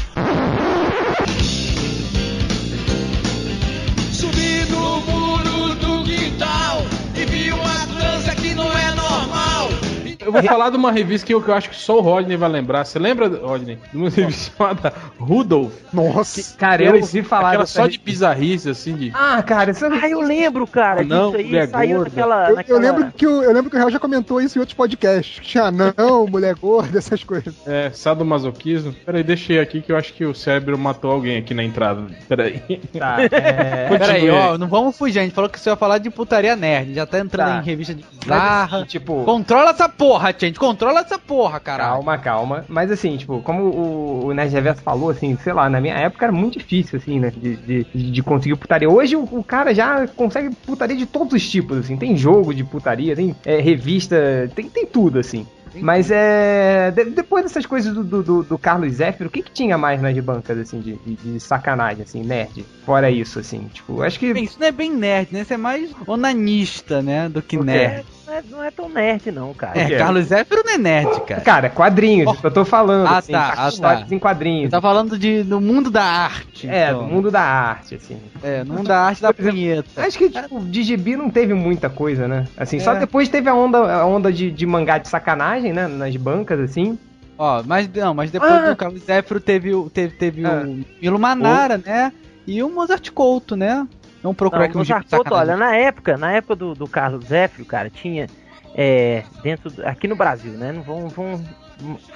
S6: Subi no muro do quintal e vi uma trança que não é normal.
S8: Eu vou falar de uma revista que eu, que eu acho que só o Rodney vai lembrar. Você lembra, Rodney? De uma revista chamada Rudolph.
S3: verdade. Nossa.
S4: Cara, eu ouvi falar
S8: Aquela
S4: dessa
S8: só
S4: re-
S8: de bizarrice, assim, de.
S4: Ah, cara, isso
S1: Ah, eu lembro, cara.
S8: Não,
S1: disso aí
S8: mulher
S1: saiu
S8: gorda.
S1: naquela,
S3: Eu, eu
S1: naquela-
S3: lembro que o, eu lembro que o Real já comentou isso em outros podcasts. Tinha não, mulher gorda, essas coisas.
S8: É, sadomasoquismo. Peraí, deixei aqui que eu acho que o cérebro matou alguém aqui na entrada. Peraí.
S4: tá. É...
S2: Peraí,
S8: Continue.
S2: ó, não vamos fugir, a gente falou que você ia falar de putaria nerd, já tá entrando
S4: Tá.
S2: em revista de
S4: Mas, assim,
S2: bizarra.
S4: tipo,
S2: Controla essa porra, gente, controla essa porra, caralho.
S4: Calma, calma. Mas assim, tipo, como o, o Nerd Reverso falou, assim, sei lá, na minha época era muito difícil, assim, né? De, de, de conseguir putaria. Hoje o, o cara já consegue putaria de todos os tipos, assim. Tem jogo de putaria, tem é, revista, tem, tem tudo, assim. Mas é. de- depois dessas coisas do, do, do- do Carlos Zéfiro, o que, que tinha mais nas bancas, assim, de, de- de sacanagem, assim, nerd? Fora isso, assim, tipo, acho que.
S2: Bem, Isso não é bem nerd, né? Isso é mais onanista, né? Do que
S4: O quê?
S2: nerd.
S1: Não é, não é tão nerd, não, cara.
S2: É,
S4: quê?
S2: Carlos Zéfiro não é nerd, cara.
S4: Cara, quadrinhos, isso que eu tô falando,
S2: Ah,
S4: assim,
S2: tá, ah,
S4: histórias
S2: tá.
S4: em quadrinhos.
S2: Ele tá falando de, do mundo da arte.
S4: É,
S2: então.
S4: do mundo da arte, assim.
S2: É, no mundo da arte da
S4: Por exemplo,
S2: punheta.
S4: Acho que tipo, de gibi não teve muita coisa, né? Assim, só
S2: É.
S4: depois teve a onda, a onda de, de mangá de sacanagem, né? Nas bancas, assim.
S2: Ó, mas não, mas depois
S4: Ah!
S2: do Carlos Zéfiro teve, o- teve, teve
S4: Ah.
S2: o Milo Manara, né? E o Mozart Couto, né? Vamos procurar aqui
S1: Não,
S2: um
S1: o
S2: jeito de
S1: Jacoto, olha,
S2: sacanagem.
S1: na época, na época do, do Carlos Zéfiro, cara, tinha é, dentro do- aqui no Brasil, né? Não vamos, vamos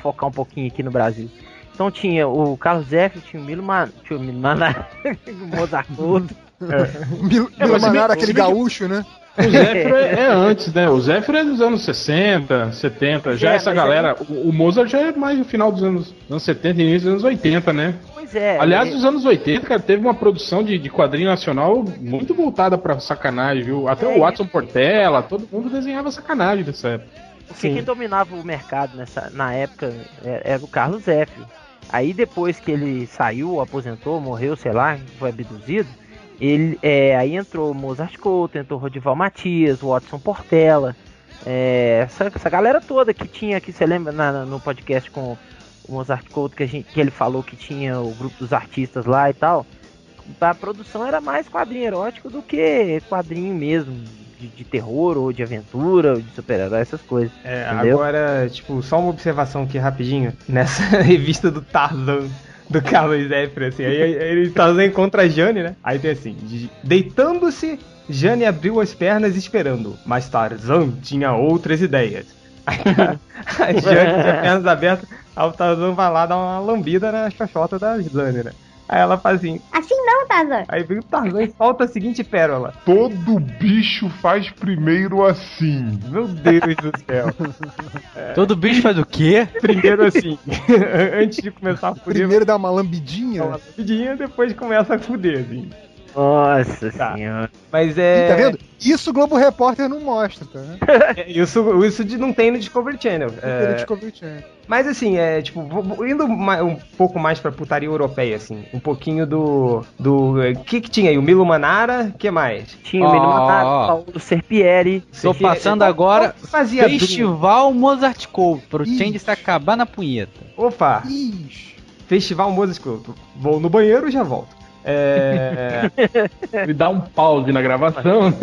S1: focar um pouquinho aqui no Brasil. Então tinha o Carlos Zéfiro, tinha o Milo Man, tinha o Milo Maná, o Mozart Couto.
S3: Mil,
S8: É,
S3: Milo
S8: mas se bem-
S3: Manara,
S8: se
S3: aquele
S8: bem que-
S3: gaúcho, né?
S8: O Zéfiro é, é antes, né? O Zéfiro é dos anos 60, 70. Já
S1: É,
S8: essa
S1: mas
S8: galera. O, o Mozart já é mais no final dos anos, anos 70 e início dos anos 80, né?
S1: Pois é.
S8: Aliás,
S1: ele-
S8: nos anos 80, cara, teve uma produção de, de quadrinho nacional muito voltada pra sacanagem, viu? Até
S1: É
S8: o Watson Portela, todo mundo desenhava sacanagem nessa época.
S1: Porque quem dominava o mercado nessa, na época era, era o Carlos Zéfiro. Aí depois que ele saiu, aposentou, morreu, sei lá, foi abduzido, ele, é, aí entrou o Mozart Couto, entrou o Rodival Matias, o Watson Portela, é, essa, essa galera toda que tinha aqui, você lembra na- na- no podcast com o Mozart Couto que, a gente- que ele falou que tinha o grupo dos artistas lá e tal? A produção era mais quadrinho erótico do que quadrinho mesmo, de, de terror ou de aventura, ou de super-herói, essas coisas.
S4: É,
S1: Entendeu?
S4: agora, tipo, só uma observação aqui rapidinho. Nessa revista do Tarzan. Do Carlos Zéfiro, assim. Aí aí ele Tarzan encontra a Jane, né? Aí tem assim: de- deitando-se, Jane abriu as pernas esperando. Mas Tarzan tinha outras ideias. Aí a, a Jane de pernas abertas, aí o Tarzan vai lá dar uma lambida na xoxota da Jane, né? Aí ela faz assim:
S9: Assim não, Tarzan.
S4: Aí vem o Tarzan e solta a seguinte pérola.
S10: Todo bicho faz primeiro assim.
S4: Meu Deus do céu.
S2: Todo bicho faz o quê?
S4: Primeiro assim, antes de começar a fuder,
S3: Primeiro dá uma lambidinha.
S4: dá uma rapidinha, depois começa a fuder, assim.
S1: Nossa
S4: Tá.
S1: senhora.
S4: Mas é.
S3: Tá vendo? Isso o Globo Repórter não mostra, tá? Né?
S4: é, Isso, isso de- não tem no Discovery Channel.
S3: Ele
S4: É,
S3: descobriu que tinha.
S4: mas assim, é tipo, vou- vou indo ma- um pouco mais pra putaria europeia, assim. Um pouquinho do. do. é, que, que tinha aí? O Milo Manara, que mais?
S1: Tinha
S2: Ó,
S1: o Menino Matado,
S2: ó, ó.
S1: Paulo Serpieri.
S2: Tô
S4: Você-
S2: passando
S4: qual-
S2: agora
S4: qual que Fazia dupla?
S2: Festival Mozart Couto, pro
S3: Ih.
S2: Change se acabar na punheta.
S4: Opa!
S3: Ixi.
S4: Festival Moza Escroto. Vou no banheiro e já volto. É.
S8: Ele dá um pause na gravação. né?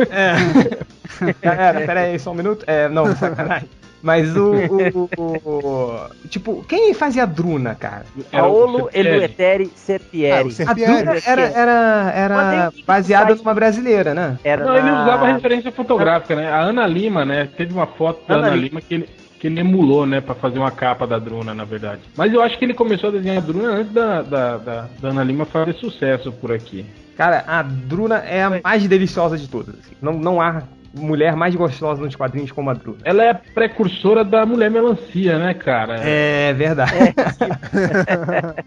S4: é. Galera, pera aí, só um minuto. É, não, sacanagem. Mas o, o- o- o- Tipo, quem fazia a Druna, cara?
S8: Era o
S1: Paolo é
S8: Serpieri.
S1: Elueteri
S3: Ah, o
S1: Serpieri.
S4: A Druna
S3: Serpieri.
S4: era, era,
S1: Mas aí,
S4: era
S1: o que que
S4: baseada
S1: faz?
S4: numa brasileira, né?
S1: Era
S8: Não, ele
S1: na-
S8: usava referência fotográfica, né? A Ana Lima, né? Teve uma foto da
S1: Ana
S8: Ana, Lima que ele, que ele emulou, né? Pra fazer uma capa da Druna, na verdade. Mas eu acho que ele começou a desenhar a Druna antes da, da, da, da Ana Lima fazer sucesso por aqui.
S4: Cara, a Druna é a mais deliciosa de todas. assim. Não, não há mulher mais gostosa nos quadrinhos como a Druna.
S8: Ela é precursora da Mulher Melancia, né, cara?
S4: É verdade.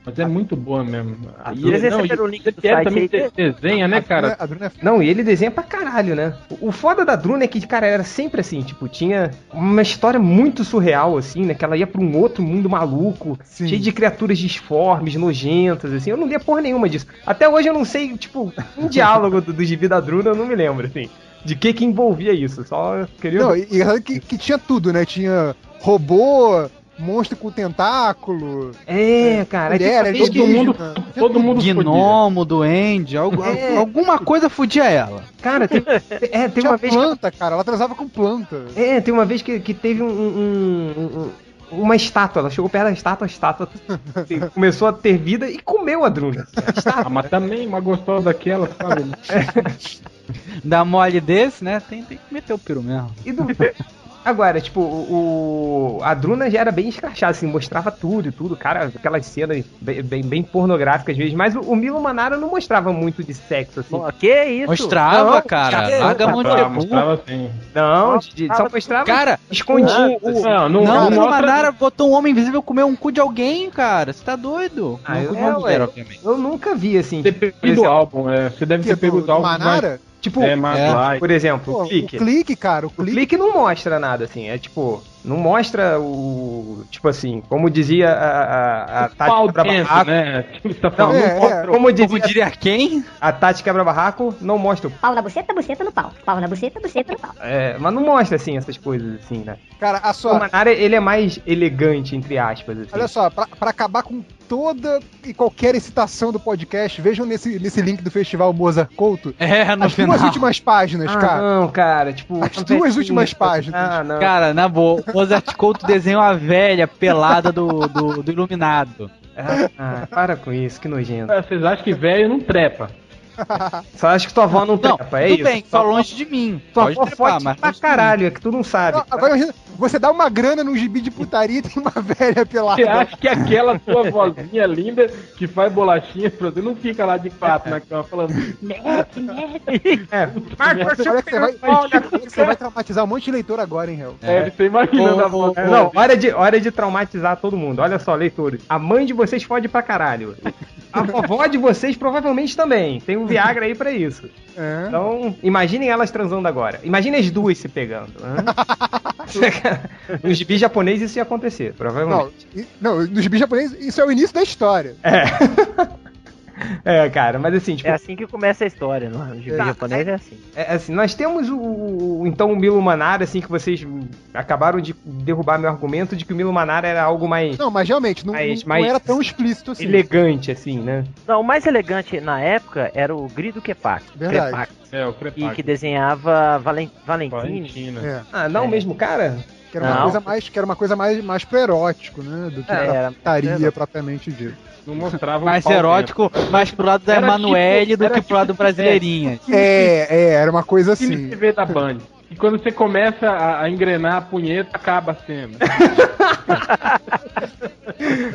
S8: Mas é muito boa mesmo. E
S1: Druna-
S8: ele-
S1: Vocês
S8: não, e
S1: receberam o
S8: o
S1: link do
S8: Serpieri
S1: site
S8: também
S1: aí,
S8: de- desenha, né, cara?
S3: A Bruna é
S4: Não, e ele desenha pra caralho, né? O o foda da Druna é que, cara, era sempre assim, tipo, tinha uma história muito surreal, assim, né? Que ela ia pra um outro mundo maluco,
S3: Sim.
S4: cheio de criaturas disformes, nojentas, assim. Eu não lia porra nenhuma disso. Até hoje eu não sei, tipo, um diálogo do, do gibi da Druna, eu não me lembro, assim. De que que envolvia isso? Só queria...
S3: Não, e, e ela que, que tinha tudo, né? Tinha robô, monstro com tentáculo,
S4: é, cara. aí tem
S3: mulher,
S4: uma
S3: é
S4: vez que-
S8: todo mundo- Todo mundo
S2: Gnomo, duende, algo-
S4: É.
S2: alguma coisa fudia ela.
S4: Cara, tem, é, tem
S3: tinha
S4: uma vez que
S3: planta, cara. Ela transava com planta.
S4: É, tem uma vez que, que teve um, um- um- uma estátua, ela chegou perto da estátua, a estátua te- começou a ter vida e comeu a Druna. A
S8: Ah,
S4: estátua.
S8: mas também uma gostosa daquela, sabe?
S2: Dá mole desse, né? Tem, tem que meter o peru mesmo.
S4: E do- Agora, tipo, o, o- a Druna já era bem escrachada, assim, mostrava tudo e tudo, cara, aquelas cenas bem, bem, bem pornográficas às vezes, mas o, o Milo Manara não mostrava muito de sexo, assim.
S1: Pô, que isso?
S2: Mostrava,
S4: Não,
S2: cara.
S4: cara,
S2: Vaga mão
S8: Ah,
S2: de burro.
S8: mostrava assim.
S4: Não, de- de- só mostrava
S2: Cara,
S4: escondido.
S8: O- não, não,
S2: não, o
S8: mostra-
S2: Manara botou um homem invisível comer um cu de alguém, cara. Você tá doido?
S4: Ah,
S2: Não,
S4: eu-
S2: cu de
S4: é,
S2: uma mulher,
S4: ué.
S2: obviamente.
S4: Eu nunca vi, assim,
S8: Você
S4: tipo, por
S8: pegou do
S4: exemplo,
S8: álbum, é, você deve ter
S3: Porque
S8: pego
S3: do-
S8: os álbuns mais,
S3: tipo, Manara,
S4: tipo,
S8: é, mais
S2: É.
S8: light.
S4: por exemplo,
S3: pô,
S4: o clique.
S3: o clique, cara. O
S4: O
S3: clique.
S4: clique não mostra nada, assim. É tipo, não mostra o. Tipo assim, como dizia a, a, a Tati
S8: Pau
S4: Quebra-Barraco.
S8: dentro, tá né? Tipo, você tá
S4: Não,
S8: falando.
S3: É,
S4: mostra- como
S2: Como
S4: dizia
S2: diria quem?
S4: a Tati Quebra-Barraco, não mostra. o-
S9: Pau na buceta, buceta no pau. Pau na buceta, buceta no pau.
S4: É, mas não mostra, assim, essas coisas, assim, né?
S3: Cara, a
S4: O
S3: sua.
S4: Manara, ele é mais elegante, entre aspas, assim.
S3: Olha só, pra, pra acabar com toda e qualquer excitação do podcast, vejam nesse, nesse link do festival Mozart Couto
S2: É,
S8: Tá
S2: no
S3: as
S2: final.
S3: duas últimas páginas,
S4: Ah,
S3: cara.
S4: não, cara, tipo.
S3: As duas últimas páginas.
S4: Ah, não.
S2: Cara, na boa, o Mozart Couto desenhou a velha pelada do, do, do Iluminado.
S4: Ah, ah, para com isso, que nojento.
S8: Ah, Vocês acham que velho não trepa.
S4: Só acho que tua avó não
S2: Não,
S4: trepa, é
S2: tudo
S4: isso.
S2: bem,
S4: Tua
S2: só
S4: avó-
S2: longe de mim.
S4: Tua
S2: Pode
S4: avó
S2: trepar,
S4: forte
S2: mas...
S4: pra caralho, é que tu não sabe.
S3: Não,
S8: tá?
S3: agora imagina, você dá uma grana num gibi de putaria e tem uma velha pelada.
S8: Você acha que aquela tua vozinha linda que faz bolachinha pra você não fica lá de quatro na cama falando.
S4: É, Marcos,
S3: Olha que você vai, olha que você vai traumatizar um monte de leitor agora, hein, Hel?
S8: É, você imaginando a voz.
S4: É, Não, hora de, hora de traumatizar todo mundo. Olha só, leitores. A mãe de vocês fode pra caralho. A vovó de vocês provavelmente também. Tem um Viagra aí pra isso.
S3: É.
S4: Então, imaginem elas transando agora. Imaginem as duas se pegando. né? Nos gibis japoneses isso ia acontecer,
S3: Não,
S4: provavelmente.
S3: e- não, nos bichos japoneses, isso é o início da história.
S4: É, cara, mas assim, tipo,
S1: É assim que começa a história, não é? No gibi
S4: Tá,
S1: japonês é assim.
S4: É, assim, nós temos o, o- então o Milo Manara, assim, que vocês hum, acabaram de derrubar meu argumento de que o Milo Manara era algo mais
S3: Não, mas realmente, não,
S4: Mas-
S3: não-
S4: mas-
S3: não era tão explícito assim.
S4: elegante, assim, né?
S1: Não, o mais elegante na época era o Grido Kepak.
S3: Verdade.
S1: Kepak,
S8: É, o
S1: E que
S8: Crepac.
S1: desenhava Valen- Valentine.
S8: Valentina.
S3: É,
S4: Ah, não
S1: É.
S4: mesmo, cara?
S3: que era uma
S1: Não.
S3: coisa mais, que era uma coisa mais, mais pro erótico, né? Do que
S1: É,
S3: pra
S1: era-
S3: putaria
S1: era-
S3: propriamente dito.
S8: Não mostrava o
S2: Mais
S8: pau
S2: erótico, mais pro lado da
S8: Era
S2: Emanuele
S8: tipo-
S2: do
S8: era
S2: que pro lado do Brasileirinha.
S3: É, é, era uma coisa
S8: dentro. Cine
S3: assim.
S8: TV da Band. E quando você começa a, a engrenar a punheta, acaba a cena.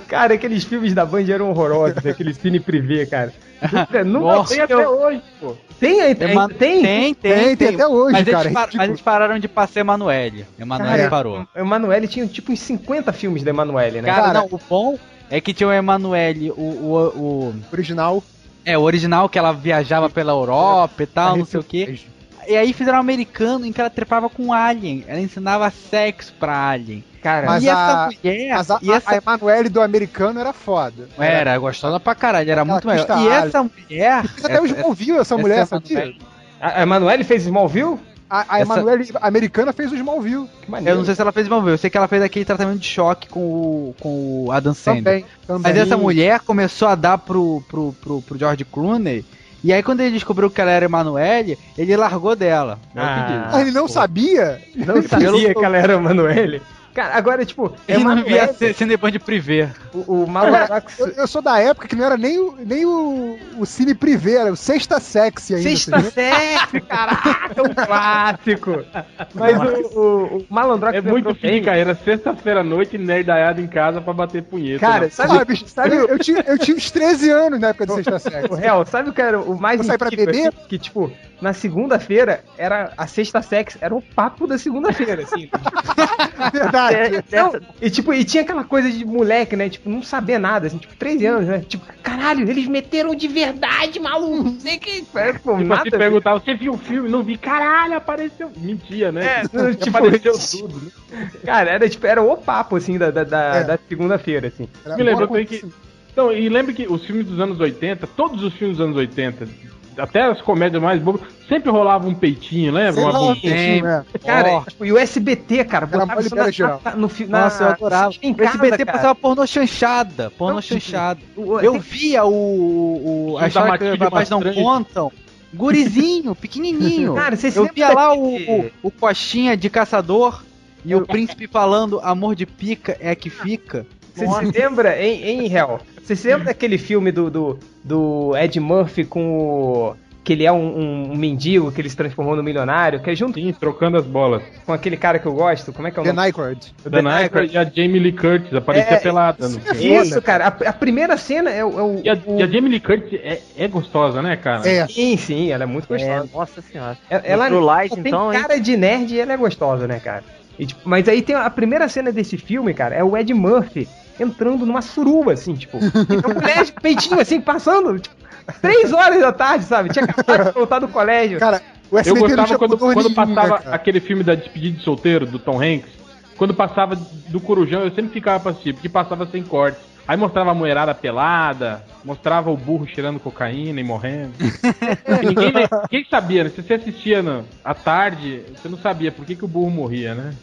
S4: Cara, aqueles filmes da Band eram horrorosos, aquele cine privê, cara. Nunca, nunca
S2: Nossa,
S4: tem até hoje, pô. Tem, ainda
S2: Ema-
S4: tem?
S2: tem,
S3: Tem, tem, até hoje,
S2: mas,
S3: cara.
S2: eles par-
S3: é ridículo.
S2: mas eles pararam de passar Emanuele. Emanuele
S3: Cara,
S2: parou.
S4: O Emanuele tinha tipo uns 50 filmes da Emanuele, né?
S2: Cara,
S3: Cara,
S2: não, o bom é que tinha o Emanuele, o, o, o-
S3: Original.
S2: É, o original que ela viajava pela Europa e tal, não sei o quê. E aí fizeram um americano em que ela trepava com um alien. Ela ensinava sexo pra alien.
S4: cara,
S3: Mas
S2: e
S3: a-
S2: essa mulher.
S3: Mas a,
S2: É, e essa
S3: a Emanuele do americano era foda.
S2: Era, gostosa pra caralho, era
S3: Aquela
S2: muito melhor.
S3: custa
S2: E
S3: alho.
S2: essa mulher.
S3: Até o Smallville, essa mulher, sabia?
S4: a a Emanuele fez Smallville?
S3: A, a
S2: Essa-
S3: Emanuele americana fez o Smallville
S4: Que maneiro.
S2: Eu não sei se ela fez Smallville, eu sei que ela fez aquele tratamento de choque com o, com o Adam Sandler.
S3: também. também.
S2: Mas essa mulher começou a dar pro, pro, pro, pro George Clooney, e aí quando ele descobriu que ela era Emanuele, ele largou dela. É o que diz.
S3: Ah, ele não
S8: pô.
S3: sabia?
S4: Não sabia que ela era a Manuele. Cara, agora, tipo, é
S2: Ele não via
S4: Manuele,
S2: ser Cineband privê.
S4: o, o Mauro
S3: Eu,
S4: Araco-
S3: eu sou da época que não era nem, o- nem o, o Cine Privé, era o Sexta Sexy ainda.
S4: Sexta
S3: Sexta...
S4: Sexy, caraca, um clássico. Mas o, o, o Malandrox
S8: É muito
S4: lembrou
S8: pica, era sexta-feira à noite, nerdaiado em casa pra bater punheta.
S4: Cara,
S8: né?
S4: sabe,
S3: Ah, bicho,
S4: sabe
S3: eu, eu tinha, eu tinha uns 13 anos na época do Sexta
S4: o
S3: Sexy.
S4: real? Sabe o que era o mais
S3: Vou sair pra
S4: incrível?
S3: beber?
S4: Que, que, tipo, na segunda-feira era a sexta sex, era o papo da segunda-feira, assim.
S3: É
S8: É,
S3: Verdade.
S4: Não,
S1: é,
S4: e tipo, e tinha aquela coisa de moleque, né? Tipo, não saber nada, assim, tipo, 13 anos, né? Tipo, caralho, eles meteram de verdade, maluco. Não sei que. É, pô,
S8: Tipo,
S4: nada.
S8: se perguntava, você viu o filme? Não vi, caralho, apareceu. Mentira, né?
S4: É, tipo,
S8: apareceu tudo. né?
S4: Cara, era tipo, era o papo, assim, da, da, da,
S3: É.
S4: da segunda-feira, assim.
S3: Era
S8: Me lembrou
S3: uma
S8: também que. Então, e lembra que os filmes dos anos 80, todos os filmes dos anos 80, até as comédias mais bobas, sempre rolava um peitinho, lembra? Uma
S3: rolava um
S8: bundinha.
S3: peitinho, é.
S4: Cara,
S2: Ó.
S4: tipo, e o SBT, cara, botava
S3: mole
S4: isso na,
S3: pera geral.
S4: na, no fi- na,
S2: Nossa, eu adorava.
S4: Em
S2: O
S4: casa,
S2: SBT
S4: cara.
S2: passava pornô chanchada. Pornô
S4: Não,
S2: chanchada.
S4: O-
S2: Eu
S4: tem-
S2: via o. o a
S8: da
S2: história que
S8: Matilde
S2: rapaz não
S8: Mastrange.
S2: contam. Gurizinho, pequenininho.
S4: Cara, vocês
S2: eu
S4: lembram
S2: via lá o,
S4: daquele-
S2: o, o Coxinha de caçador e o príncipe falando amor de pica é que fica.
S4: Você se lembra, hein, hein, Hel? Você se lembra daquele filme do, do, do Ed Murphy com o. que ele é um, um- um mendigo que ele se transformou no milionário, que é junto
S8: Sim, assim, trocando as bolas.
S4: com aquele cara que eu gosto? Como é que é o
S3: The
S4: nome?
S3: Nycrad.
S4: O
S8: Dan
S4: Dan Aykroyd.
S8: Aykroyd e a Jamie Lee Curtis, aparecia
S4: É,
S8: pelada. no filme.
S4: Isso, cara. A, a primeira cena é o. É o,
S8: E a, e a Jamie Lee Curtis é, é gostosa, né, cara?
S3: É,
S4: Sim, sim, ela é muito
S1: É,
S4: gostosa.
S1: nossa senhora.
S4: Ela- É, Ela,
S1: Pro Light,
S4: ela tem
S1: então, hein?
S4: cara de nerd e ela é gostosa, né, cara? E, tipo, mas aí tem a a primeira cena desse filme, cara, é o Ed Murphy entrando numa suruba, assim, tipo. E a mulher de peitinho, assim, passando, tipo, três horas da tarde, sabe? Tinha acabado de voltar do colégio.
S3: cara, o
S8: Eu
S3: SBT não
S8: gostava
S3: tinha
S8: quando,
S3: pudor
S8: quando
S3: nenhum,
S8: passava
S3: né, cara?
S8: aquele filme da Despedida de Solteiro, do Tom Hanks. Quando passava do Corujão, eu sempre ficava pra assistir, porque passava sem corte. Aí mostrava a mulherada pelada, mostrava o burro cheirando cocaína e morrendo. ninguém, ninguém sabia, né? Se você assistia na- à tarde, você não sabia por que, que o burro morria, né?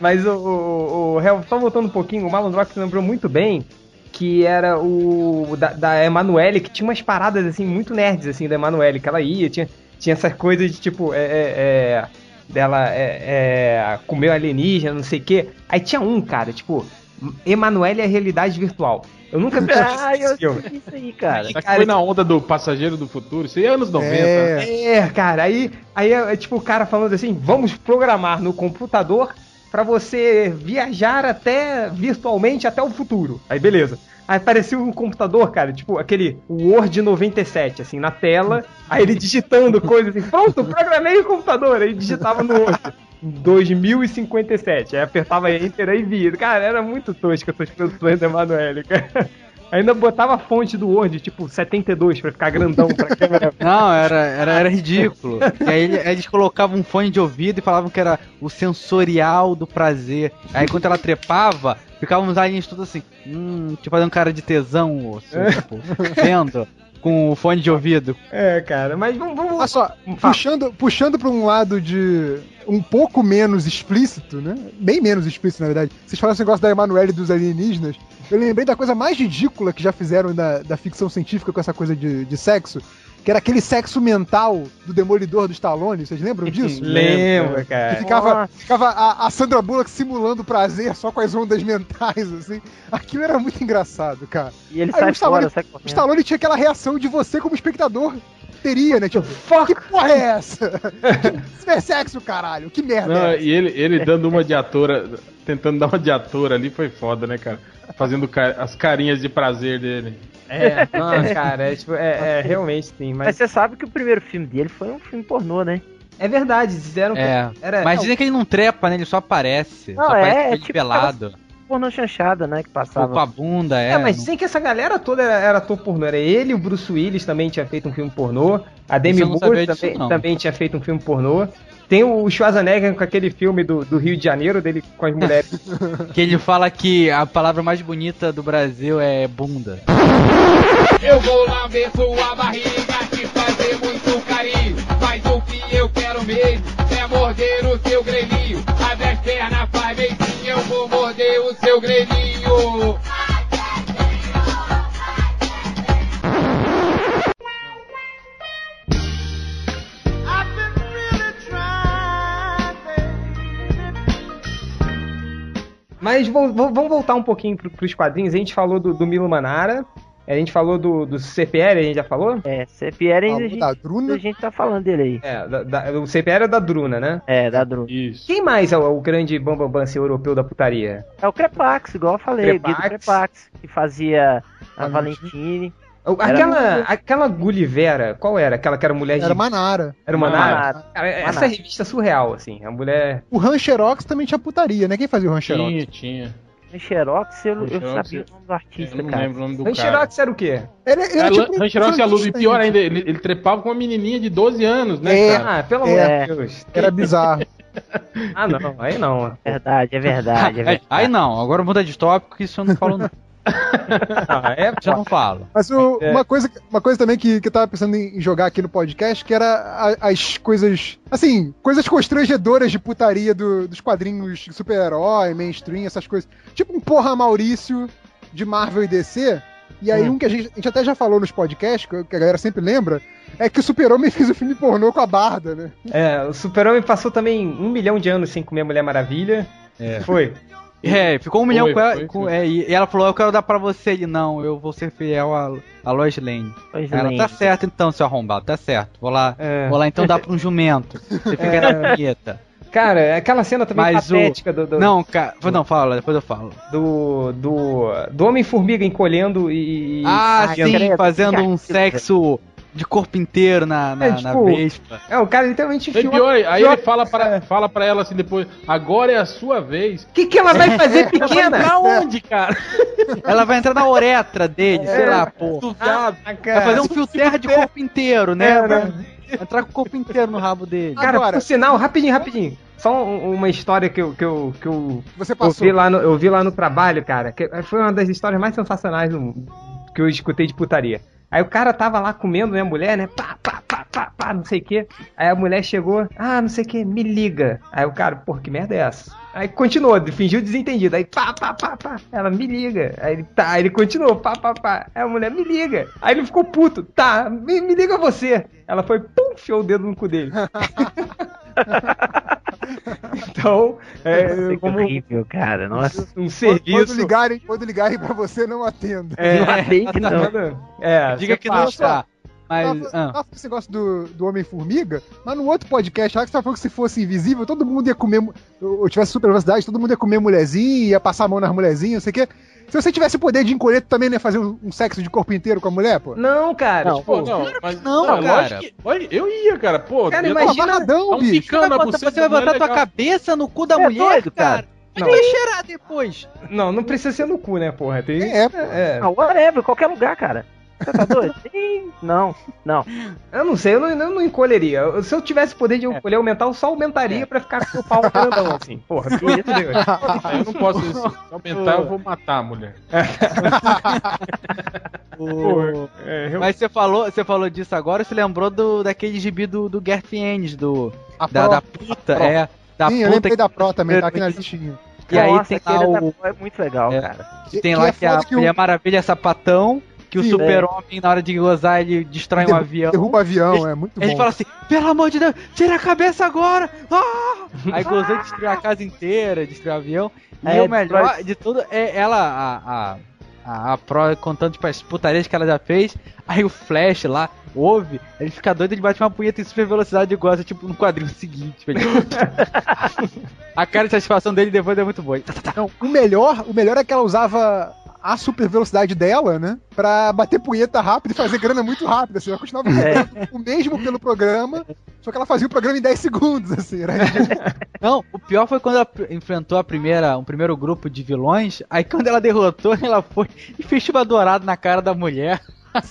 S4: Mas o, o, o Hel, só voltando um pouquinho, o Malandrox lembrou muito bem que era o o da, da Emanuele, que tinha umas paradas assim muito nerds assim da Emanuele, que ela ia, tinha, tinha essas coisas de tipo, é, é, é, dela é, é, comer alienígena, não sei o quê. Aí tinha um, cara, tipo, Emanuele é realidade virtual. Eu nunca vi
S1: Ah, eu
S4: esse filme.
S1: sei isso aí, cara.
S8: Só que
S4: cara,
S8: foi na onda do Passageiro do Futuro, isso aí é anos 90. né?
S3: É,
S4: É, cara, aí, aí é, é tipo o cara falando assim, vamos programar no computador pra você viajar até virtualmente até o futuro. Aí beleza. Aí apareceu um computador, cara, tipo aquele Word 97, assim, na tela, aí ele digitando coisas assim, pronto, programei o computador, aí digitava no Word. 2057. Aí apertava Enter aí via. Cara, era muito tosca essas produções da Emanuele, cara. Ainda botava a fonte do Word, tipo 72, pra ficar grandão pra câmera
S2: Não, era, era, era ridículo. E aí ele- eles colocavam um fone de ouvido e falavam que era o sensorial do prazer. Aí quando ela trepava, ficavam os aliens tudo assim, hum, tipo fazendo cara de tesão, osso, tipo, vendo, com o fone de ouvido.
S4: É, cara, mas vamos. vamos...
S3: Olha só,
S4: Fala.
S3: puxando, puxando pra um lado de um pouco menos explícito, né? Bem menos explícito, na verdade. Vocês falaram esse negócio da Emanuele e dos alienígenas. Eu lembrei da coisa mais ridícula que já fizeram da, da ficção científica com essa coisa de, de sexo, que era aquele sexo mental do Demolidor do Stallone. Vocês lembram disso?
S4: Lembra,
S2: É.
S3: Que
S4: cara.
S3: ficava, ficava a, a Sandra Bullock simulando prazer só com as ondas mentais, assim. Aquilo era muito engraçado, cara.
S1: E ele
S3: Aí
S1: sai
S3: o Stallone-
S1: fora, sai
S3: O
S1: correndo.
S3: Stallone tinha aquela reação de você como espectador teria, né? Tipo,
S4: Fuck!
S3: que porra é essa? Isso é sexo, caralho. Que merda
S8: Não,
S3: é essa?
S8: e ele, ele dando uma de atora, tentando dar uma de atora ali foi foda, né, cara? Fazendo ca- as carinhas de prazer dele.
S4: É, não, cara, é, tipo, é, é, realmente sim,
S1: Mas
S4: mas.
S1: você sabe que o primeiro filme dele foi um filme pornô, né?
S4: É verdade, fizeram.
S2: É.
S4: Era,
S2: Mas dizem que ele não trepa, né? Ele só aparece.
S1: Não,
S2: só
S1: é,
S2: aparece com
S1: é
S2: ele
S1: tipo
S2: pelado.
S1: Pornô chanchada, né? Que
S2: Ou com
S1: passava.
S2: a bunda, é.
S4: É, mas
S2: não-
S4: dizem que essa galera toda era, era ator pornô. Era ele, o Bruce Willis também tinha feito um filme pornô. A Demi
S2: eu não
S4: Moore
S2: sabia disso,
S4: também,
S2: não.
S4: também tinha feito um filme pornô. Tem o Schwarzenegger com aquele filme do, do Rio de Janeiro, dele com as mulheres.
S2: Que ele fala que a palavra mais bonita do Brasil é bunda.
S6: Eu vou lá ver sua barriga te fazer muito carinho. Mas o que eu quero mesmo é morder o seu grelhinho. As dez pernas faz bem sim, eu vou morder o seu grelhinho.
S4: Mas vou- vou- vamos voltar um pouquinho pro, pros quadrinhos. A gente falou do, do Milo Manara, a gente falou do, do CPL, a gente já falou?
S1: É, CPR
S3: Falou
S1: ainda a gente,
S3: Ah, da
S1: a
S3: Druna.
S1: gente tá falando dele aí.
S4: É, da- da- o CPL é da Druna, né?
S1: É, da Druna.
S8: Isso.
S4: Quem mais é o, o grande bambambam assim, europeu da putaria?
S1: É o Crepax, igual eu falei, o Guido
S4: Crepax.
S1: Crepax, que fazia a
S3: Valentine.
S1: Valentine.
S4: O-
S1: Era
S4: Aquela, aquela Gulivera, qual era? Aquela que era mulher de.
S3: Era Manara.
S4: era uma
S8: Manara.
S2: Ah.
S4: Nara?
S1: Ah,
S4: Cara, essa
S1: Manara.
S4: revista é surreal, assim. A mulher.
S3: O Rancherox também tinha putaria, né? Quem fazia o Rancherox?
S8: Tinha, tinha.
S1: No Xerox, eu, eu
S8: Xerox,
S1: sabia o nome do
S8: Eu
S1: artista,
S8: não
S1: cara.
S8: lembro o nome do cara.
S4: Rancherox era o quê?
S3: Ele, ele
S8: Era
S3: era
S8: Lan-
S3: tipo um
S8: É, Rancherox e a Luba. E
S3: surfista,
S8: pior é
S3: né?
S8: ainda, ele, ele trepava com uma menininha de 12 anos, né,
S3: É.
S8: cara?
S4: Ah, pelo amor
S1: É.
S4: de Deus.
S3: Era bizarro.
S4: Ah, não, aí não.
S1: Verdade, é verdade, é verdade.
S2: Aí não, agora muda de tópico que isso eu não falo não.
S4: Ah, é,
S2: Já não falo.
S3: Mas o- uma, coisa, uma coisa também que, que eu tava pensando em jogar aqui no podcast, que era a- as coisas. Assim, coisas constrangedoras de putaria do- dos quadrinhos de super-herói, mainstream, essas coisas. Tipo um porra Maurício de Marvel e DC. E aí, um que a gente, a gente até já falou nos podcasts, que que a galera sempre lembra, é que o Super-Homem fez o filme pornô com a Barda, né?
S4: É, o Super-Homem passou também um milhão de anos sem comer Mulher Maravilha.
S8: É.
S4: Foi.
S2: É, ficou um milhão
S8: Foi,
S2: com ela.
S8: foi,
S2: com-
S8: foi.
S2: é, e e ela falou, eu quero dar pra você. Ele, não, eu vou ser fiel a, a Lois Lane.
S1: Pois
S2: Ela,
S1: nem.
S2: tá certo então, seu arrombado, tá certo. Vou lá,
S4: É.
S2: vou lá então dar pra um jumento. Você fica na vinheta.
S4: Cara, aquela cena também
S2: Mas o-
S4: patética do, do,
S2: Não, cara, não, fala, depois eu falo.
S4: do, do, do Homem-Formiga encolhendo e.
S2: Ah,
S1: Ai,
S2: sim,
S1: credo,
S2: fazendo
S1: que
S2: um
S1: arquivo,
S2: sexo de corpo inteiro na, na,
S4: É,
S2: na
S4: tipo,
S2: Vespa.
S4: É, o cara literalmente
S8: E
S4: enfiou.
S8: pior, aí
S4: pior-
S8: ele fala pra, fala pra ela assim depois, agora é a sua vez.
S4: O que, que ela vai fazer pequena?
S8: Pra onde, cara?
S2: Ela vai entrar na uretra dele, sei lá, pô.
S8: Tu
S4: Tá,
S8: sabe.
S2: Vai fazer um fio terra de corpo inteiro, né?
S4: É, né?
S2: Vai- vai Entrar com o corpo inteiro no rabo dele.
S4: um- Cara,
S3: Agora-
S4: por sinal, rapidinho, rapidinho. Só um- uma história que eu, que eu, que eu,
S3: Você
S4: eu,
S3: passou.
S4: vi lá no, eu vi lá no trabalho, cara. Que foi uma das histórias mais sensacionais do- que eu escutei de putaria. Aí o cara tava lá comendo minha mulher, né? Pá, pá, pá, pá, pá, não sei o quê. Aí a mulher chegou, ah, não sei o quê, me liga. Aí o cara, porra, que merda é essa? Aí continuou, fingiu desentendido. Aí pá, pá, pá, pá. Ela, me liga. Aí ele, tá, aí ele continuou, pá, pá, pá. Aí a mulher, me liga. Aí ele ficou puto, tá, me, me liga você. Ela foi, pum, enfiou o dedo no cu dele. então, é,
S1: Nossa, que
S4: como
S1: horrível, cara. Nossa,
S4: um
S3: Quando- Quando
S4: serviço...
S3: ligarem, quando ligarem pra você, não atenda.
S4: É,
S1: não atende, não.
S4: é,
S2: Diga
S4: você
S2: que não
S4: fala.
S2: está. Mas.
S3: Tava,
S2: ah.
S3: tava com esse negócio do, do Homem-Formiga, mas no outro podcast lá que você falou que se fosse invisível, todo mundo ia comer. mu- Ou tivesse super velocidade, todo mundo ia comer mulherzinha, ia passar a mão nas mulherzinhas, não sei o quê. Se você tivesse o poder de encolher, tu também não ia fazer um, um sexo de corpo inteiro com a mulher, pô?
S4: Não, cara.
S1: Não,
S8: Pô, não, mas
S2: não, cara.
S8: Lógico que, lógico- eu ia, cara, pô.
S4: Cara,
S8: eu
S3: Pô,
S4: imagina-
S3: amarradão,
S8: tava um
S3: bicho.
S8: picão na
S2: Vai botar-
S8: buceta
S2: você vai
S8: da mulher
S2: botar tua
S8: legal.
S2: cabeça no cu da
S1: É
S2: mulher,
S1: doido,
S2: cara.
S1: cara.
S2: Mas
S4: Não.
S2: vai cheirar depois.
S4: Não, não precisa ser no cu, né, porra? Tem...
S3: É, pô.
S4: É.
S1: Não, Ah, whatever, qualquer lugar, cara. Você tá doido? Ih, não, não.
S4: Eu não sei, eu não, eu não encolheria. Eu- Se eu tivesse poder de encolher aumentar, eu só aumentaria pra ficar com o pau grandão, assim. Porra, pelo amor de Deus.
S8: É, Eu não posso isso. Se aumentar, eu vou matar a mulher.
S2: O-
S4: É, eu-
S2: Mas você falou, você falou disso agora, você lembrou do, daquele gibi do, do Garth Ennis, do,
S3: A
S2: da,
S3: pró-
S2: da puta, é. Da
S3: Sim, eu
S2: puta
S3: lembrei
S2: que,
S3: da Pro também, tá aqui na listinha.
S2: e aí
S1: Nossa,
S2: tem lá
S1: aquele da
S2: o,
S1: Pó é muito legal,
S2: É.
S1: cara.
S2: que tem lá
S3: é
S2: que a
S3: foda que o-
S2: Mulher Maravilha é sapatão, que o
S3: Sim,
S2: super-homem, na hora de gozar, ele destrói um
S3: Derru-
S2: avião.
S3: Derruba avião, é muito
S2: Ele
S3: bom.
S2: fala assim, pelo amor de Deus, tira a cabeça agora! Ah! Aí gozou, destruiu a casa inteira, destruiu o avião. E
S1: É,
S2: o melhor
S1: destrói-
S2: de tudo é ela, a, a, a, a Pro contando tipo, as putarias que ela já fez. Aí o Flash lá ouve, ele fica doido, ele bate uma punheta em super velocidade e gosta, tipo, no quadrinho seguinte. velho. a cara de satisfação dele depois é muito boa. Ele tá, tá, tá.
S3: Não, o melhor, o melhor é que ela usava a super velocidade dela, né? Pra bater punheta rápido e fazer grana muito rápido, assim. Ela continuava fazendo o mesmo pelo programa, só que ela fazia o programa em 10 segundos, assim. Era
S2: Não, o pior foi quando ela pr- enfrentou a primeira, um primeiro grupo de vilões. Aí quando ela derrotou, ela foi e fez chuva dourada na cara da mulher.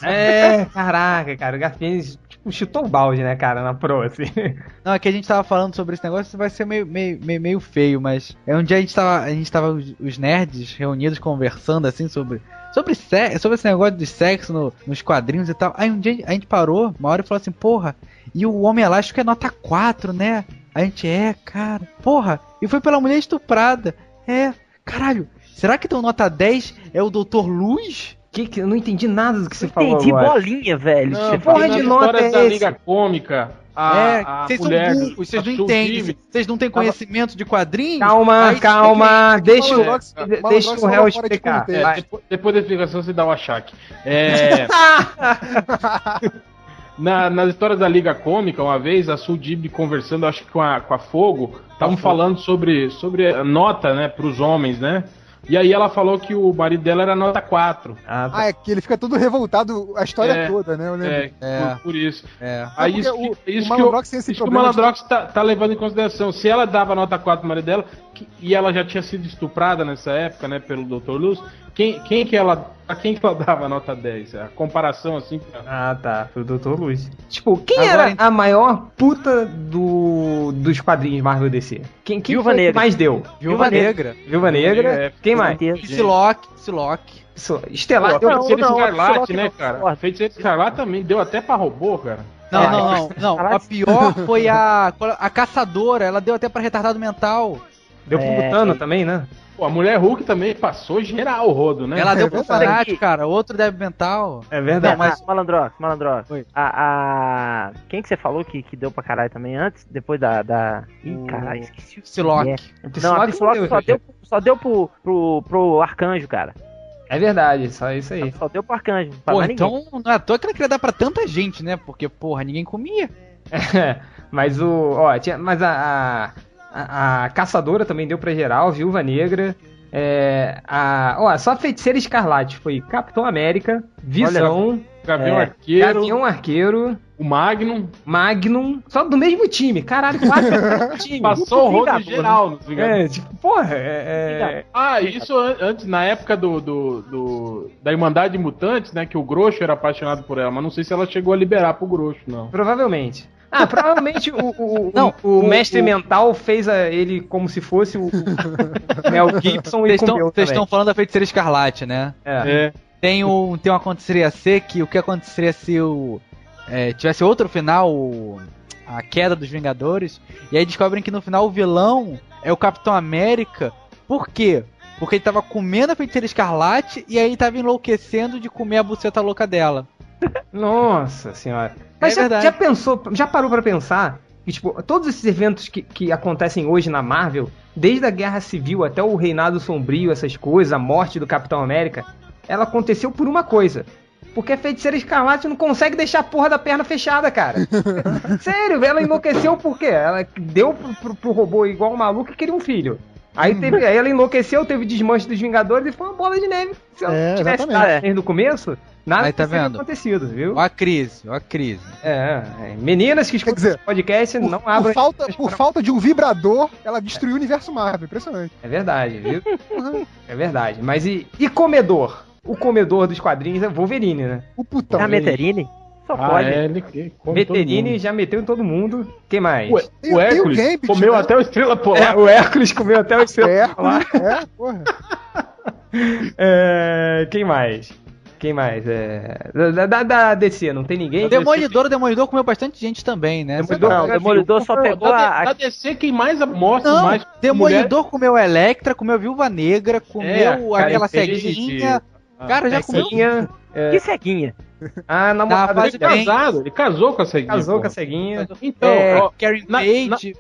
S4: É, caraca, cara. O Garfield chutou o balde, né, cara, na proa, assim.
S2: Não, é que a gente tava falando sobre esse negócio, vai ser meio, meio, meio, meio feio, mas. É um dia a gente tava. A gente tava os, os nerds reunidos conversando assim sobre. Sobre sexo, sobre esse negócio de sexo no- nos quadrinhos e tal. Aí um dia a gente parou, uma hora e falou assim, porra, e o homem elástico é nota 4, né? A gente é, cara, porra, e foi pela mulher estuprada. É, caralho, será que deu nota 10 é o Doutor Luz?
S4: Que, que eu não entendi nada do que você falou
S1: Entendi
S4: agora.
S1: bolinha, velho.
S8: Não,
S1: Você
S8: porque
S4: porra
S8: nas
S4: de nota
S8: histórias
S4: é
S8: da
S4: esse?
S8: Liga Cômica, a, a
S2: é, vocês
S8: mulher...
S2: são burros, vocês
S8: a
S2: não
S8: Soul
S2: entendem,
S8: Vivi-
S2: vocês não têm conhecimento de quadrinhos?
S4: Calma,
S2: Aí-
S4: calma, deixa, o-
S3: Malandrox-
S4: de-
S3: Malandrox
S4: deixa o
S3: fala
S4: réu
S3: fora de
S4: explicar.
S3: contexto.
S4: vai.
S8: Depois, é, depois da explicação você dá o achaque. É, na, nas histórias da Liga Cômica, uma vez, a Sul Dib conversando, acho que com a, com a Fogo, estavam falando sobre, sobre a nota, né, pros homens, né? E aí ela falou que o marido dela era nota 4.
S4: Ah, tá.
S3: Ah, é que ele fica todo revoltado a história
S8: É,
S3: toda, né? Eu lembro.
S8: É,
S2: É.
S8: Por, por isso.
S2: É.
S3: É
S8: Aí
S3: porque
S8: isso,
S3: o-
S8: que-
S3: o
S8: isso que eu-
S3: Malandrox tem esse
S8: isso que o
S3: problema de-
S8: Malandrox tá, tá levando em consideração. Se ela dava nota 4 no marido dela, que- e ela já tinha sido estuprada nessa época, né, pelo Dr. Luz, quem, quem que ela. A quem que ela dava nota 10? A comparação assim. pra-
S4: Ah, tá. Pro Dr. Luz. Tipo, quem
S2: Agora
S4: era
S2: ent-
S4: a maior puta do, dos quadrinhos Marvel DC? Quem, quem
S1: Viúva
S4: foi que
S1: Negra.
S4: mais deu?
S2: Viúva Negra,
S4: Viúva Negra.
S8: É,
S4: quem mais?
S2: Psylocke, Psylocke.
S4: Isso, Estelar. eu-
S1: Não,
S8: Feiticeiro
S1: não,
S8: Escarlate,
S1: Psylocke
S8: né,
S1: não,
S8: cara?
S1: Psylocke.
S8: Feiticeiro Escarlate também deu até pra robô, cara.
S2: Não,
S4: É.
S2: não, não, não. A
S1: Caralho.
S2: pior foi a, a caçadora. Ela deu até pra retardado mental.
S4: Deu pro
S1: É.
S4: Butano também, né?
S8: Pô, a mulher Hulk também passou geral o rodo, né?
S2: Ela deu
S1: É
S2: pro
S3: verdade.
S2: fanático, cara. Outro deve mental.
S4: É
S1: Não,
S4: verdade.
S1: mas... Malandrox, Malandrox.
S2: Oi.
S1: A, a- Quem que você falou que, que deu pra caralho também antes? Depois da. da... Ih,
S4: O-
S1: caralho, esqueci o
S2: Psylocke.
S1: É. Não, a
S4: Psylocke
S1: Psylocke
S4: deu,
S1: só
S4: gente.
S1: deu, só deu pro, pro, pro arcanjo, cara.
S4: É verdade, só isso aí.
S1: Só deu pro arcanjo. Pra
S2: Pô,
S1: mais ninguém.
S2: então não é à toa que ela queria dar pra tanta gente, né? Porque, porra, ninguém comia.
S4: mas o. Ó, tinha, mas a, a, a Caçadora também deu pra geral, Viúva Negra. É, a, ó, só Feiticeira Escarlate foi Capitão América, Visão,
S8: Gavião
S4: É.
S8: Arqueiro,
S1: um
S4: Gavião Arqueiro,
S8: o Magnum.
S4: Magnum, só do mesmo time. Caralho, quatro do mesmo time.
S8: Passou o rodo
S1: Vingador,
S8: geral nos Vingadores.
S2: né?
S4: É, tipo, porra,
S2: Então.
S4: é. é-
S8: Ah, isso an- antes, na época do, do, do- da Irmandade de Mutantes, né? Que o Grosso era apaixonado por ela, mas não sei se ela chegou a liberar pro Grosso, não.
S4: Provavelmente. Ah, provavelmente o, o, o-
S2: Não,
S4: o
S2: o-
S4: mestre
S2: o-
S4: mental fez a- ele como se fosse o, o Mel Gibson e
S2: Vocês
S4: comeu também.
S2: estão falando da feiticeira escarlate, né?
S4: É.
S8: É.
S2: Tem um, tem um aconteceria ser que o que aconteceria se o. é, tivesse outro final, o- a queda dos Vingadores, e aí descobrem que no final o vilão é o Capitão América. Por quê? Porque ele tava comendo a feiticeira escarlate e aí ele tava enlouquecendo de comer a buceta louca dela.
S4: Nossa senhora. Mas
S2: É
S4: já,
S2: verdade.
S4: já pensou, já parou pra pensar que, tipo, todos esses eventos que, que acontecem hoje na Marvel, desde a Guerra Civil até o Reinado Sombrio, essas coisas, a morte do Capitão América, ela aconteceu por uma coisa. Porque a feiticeira escarlate não consegue deixar a porra da perna fechada, cara. Sério, ela enlouqueceu por quê? Ela deu pro, pro- pro robô igual um maluco e queria um filho. Aí, teve, aí ela enlouqueceu, teve desmanche dos Vingadores e foi uma bola de neve. Se ela
S3: É,
S4: tivesse
S3: exatamente.
S4: dado desde o começo, nada
S2: Aí tá
S4: teria
S2: vendo?
S4: acontecido, viu?
S2: Ó a crise, ó a crise.
S4: É, é. meninas que escutam
S3: Quer dizer,
S4: esse podcast
S3: Por,
S4: não
S3: por
S4: abram.
S3: falta, por falta de um vibrador, ela destruiu o universo Marvel. Impressionante.
S4: É verdade, viu? é verdade. Mas e, e comedor? O comedor dos quadrinhos é Wolverine, né?
S3: O putão. É,
S1: a Meterine? Só
S8: Ah,
S1: pode.
S8: é, ele que- come todo
S4: Meterine
S8: mundo.
S4: já meteu em todo mundo. Quem mais?
S8: O,
S3: E o
S8: o Hércules
S3: Gambit,
S8: comeu
S3: né?
S8: até o Estrela
S4: É,
S8: Polar.
S4: o Hércules comeu até o seu.
S3: É, é, porra.
S4: É, quem mais? Quem mais? É, da, da, da DC, não tem ninguém?
S2: O Demolidor, o Demolidor comeu bastante gente também, né?
S4: Demolidor-
S1: Não, É, o Demolidor só
S8: Pô,
S1: pegou
S8: da,
S1: a.
S8: da
S1: a-
S8: DC, quem mais mostra
S2: Não,
S8: mais.
S2: Demolidor comeu Electra, comeu Viúva Negra, comeu
S8: É, cara, é.
S2: aquela
S8: Infinity.
S2: ceguinha. Cara,
S8: Ah,
S2: já comeu.
S4: Ceguinha.
S1: Que ceguinha.
S4: A namorada
S2: fase
S4: dele
S2: bem.
S8: Casado, é, ele casou com a ceguinha.
S4: casou
S8: pô.
S4: com a ceguinha.
S8: Então,
S2: é,
S8: ó,
S2: Karen
S8: na-
S2: Page.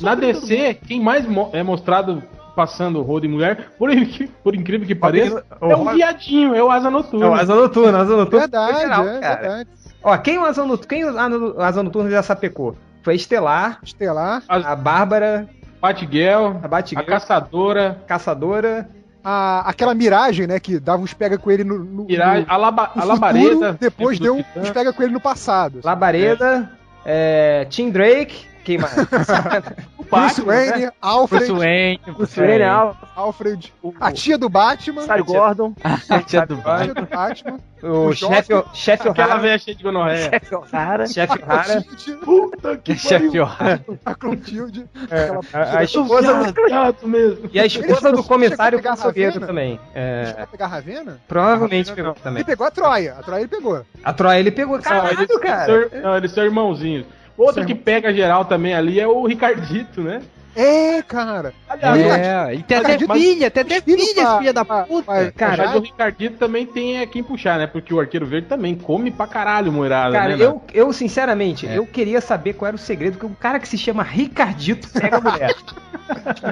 S8: na DC, quem mais mo- é mostrado passando rodo em mulher, por, inqui- por incrível que pareça, é um viadinho, é o Asa Noturna.
S4: É o Asa Noturna, Asa Noturna.
S3: Verdade,
S4: geral,
S3: é,
S4: cara.
S3: verdade.
S4: Ó, quem o Asa Noturna, quem o Asa- o Asa Noturna já sapecou? Foi a Estelar,
S3: Estelar.
S4: a Bárbara,
S8: Batgirl,
S4: a
S8: a
S4: Batgirl,
S8: Caçadora,
S4: a Caçadora,
S3: A, aquela miragem, né? Que dava uns pega com ele no. no
S8: Mirage, a, laba,
S3: no
S8: a
S3: futuro,
S8: Labareda. tá.
S3: depois deu
S8: Tempo
S4: um
S8: do
S3: uns
S8: Titã.
S3: pega com ele no passado.
S4: Labareda, é, Tim Drake, quem mais?
S3: Bruce
S4: Batman,
S3: Wayne,
S4: né?
S3: Alfred,
S2: Bruce Wayne.
S1: Bruce Wayne, Alfred,
S3: Alfred,
S1: o-
S3: a tia do Batman,
S1: Sarah Gordon,
S2: A tia do
S3: a
S2: Batman.
S3: tia do Batman,
S4: O
S3: O
S4: chefe, chefe
S8: Aquela
S4: O'Hara.
S8: velha cheia de gonorreia.
S4: É.
S1: Jeff O'Hara.
S4: Chefe
S3: a
S4: O'Hara.
S3: Clotilde,
S8: Puta que
S2: Chefe O'Hara.
S3: a Clotilde.
S4: é,
S3: aquela-
S4: a- a esposa do-
S8: Chato mesmo.
S4: E a esposa do
S3: Chega
S4: comissário
S3: a pegar a
S4: Pedro
S3: Ravena.
S4: também. É,
S3: Chegou a pegar a Ravena?
S4: provavelmente pegou
S3: Ele
S4: também.
S3: pegou a Troia, a Troia ele pegou.
S4: A Troia ele pegou. Caralho, cara. é-
S8: Seu- Não, eles são irmãozinhos. Outro que pega geral também ali é o Ricardito, né?
S3: É, cara.
S2: É, e tem até
S3: Acredito-
S2: filha, tem até
S3: Os filhos
S2: filha, esse
S3: pra-
S2: filho da
S3: pra-
S2: puta.
S3: pra-
S4: Cara,
S8: Mas o Ricardito também tem é, quem puxar, né? Porque o Arqueiro Verde também come pra caralho moirada,
S4: Cara,
S8: né?
S4: eu, eu sinceramente,
S2: É.
S4: eu queria saber qual era o segredo que um cara que se chama Ricardito pega a mulher.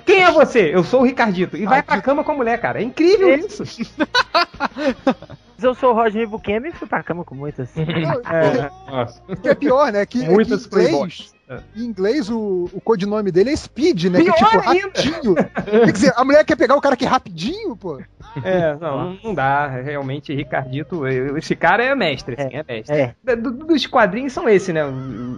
S4: Quem é você? Eu sou o Ricardito. E vai pra cama com a mulher, cara. É incrível isso.
S1: Mas eu sou o Roger Buquema e fui pra cama com muitas.
S3: Não,
S8: Nossa.
S3: O que é pior, né? Que,
S4: Muitas
S3: que em
S4: playboys.
S3: inglês, em inglês o, o codinome dele é Speed, né?
S4: Pior
S3: que tipo,
S4: ainda.
S3: rapidinho. Quer dizer, a mulher quer pegar o cara que é rapidinho, pô.
S4: É, não, não dá. Realmente, Ricardito, eu- esse cara é mestre, assim, é mestre.
S1: É.
S4: Da- do- dos quadrinhos são esses, né?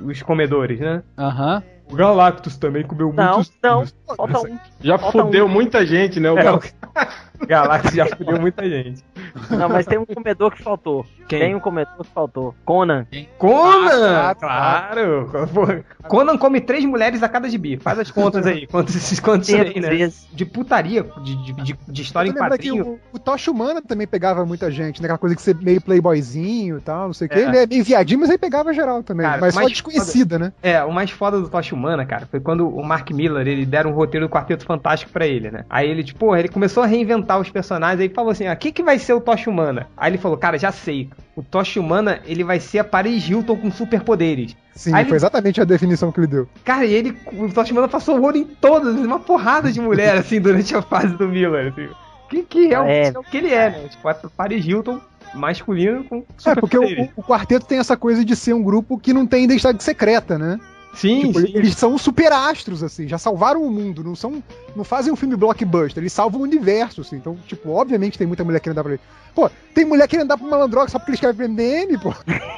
S4: Os comedores, né?
S2: Aham.
S4: O Galactus também comeu
S1: Não, não, falta um.
S8: Já
S1: Falta
S8: fudeu muita gente, né? O
S4: É,
S8: Gal-
S4: o Galactus já fudeu muita gente.
S1: Não, mas tem um comedor que faltou.
S4: Quem?
S1: Tem um comedor que faltou. Conan.
S4: Conan!
S3: Ah, tá,
S4: claro! Pô, Conan come três mulheres a cada gibi. Faz as contas aí. Quantos esses quantos aí,
S1: Duzentas
S4: né?
S1: vezes.
S4: De putaria, de, de, de, de história em
S3: Eu lembro que
S4: quadrinho.
S3: o, o Tocha Humana também pegava muita gente, né? Aquela coisa que você é meio playboyzinho e tal, não sei o quê.
S4: É.
S3: Ele é meio viadinho, mas ele pegava geral também.
S4: Cara,
S3: mas só
S4: mas-
S3: desconhecida, né?
S4: É, o mais foda do Tocha Humana, cara, foi quando o Mark Miller, ele deram um roteiro do Quarteto Fantástico pra ele, né? Aí ele, tipo, porra, ele começou a reinventar os personagens, aí falou assim, ó, o que que vai ser o Tocha Humana? Aí ele falou, cara, já sei, o Tocha Humana, ele vai ser a Paris Hilton com superpoderes.
S3: Sim,
S4: Aí ele-
S3: foi exatamente a definição que ele deu.
S4: Cara, e ele, o Tocha Humana passou o ouro em todas, uma porrada de mulher, assim, durante a fase do Miller, assim. Que, que realmente é. o que ele é, né? Tipo, a Paris Hilton masculino com
S3: É, porque o,
S4: superpoderes.
S3: o- o quarteto tem essa coisa de ser um grupo que não tem identidade secreta, né?
S4: Sim,
S3: Tipo,
S4: sim.
S3: eles são super astros, assim, já salvaram o mundo, não são. Não fazem um filme blockbuster, eles salvam o universo, assim. Então, tipo, obviamente tem muita mulher querendo dar pra ele. Pô, tem mulher querendo dar pro malandrox só porque ele escreve MDM, pô.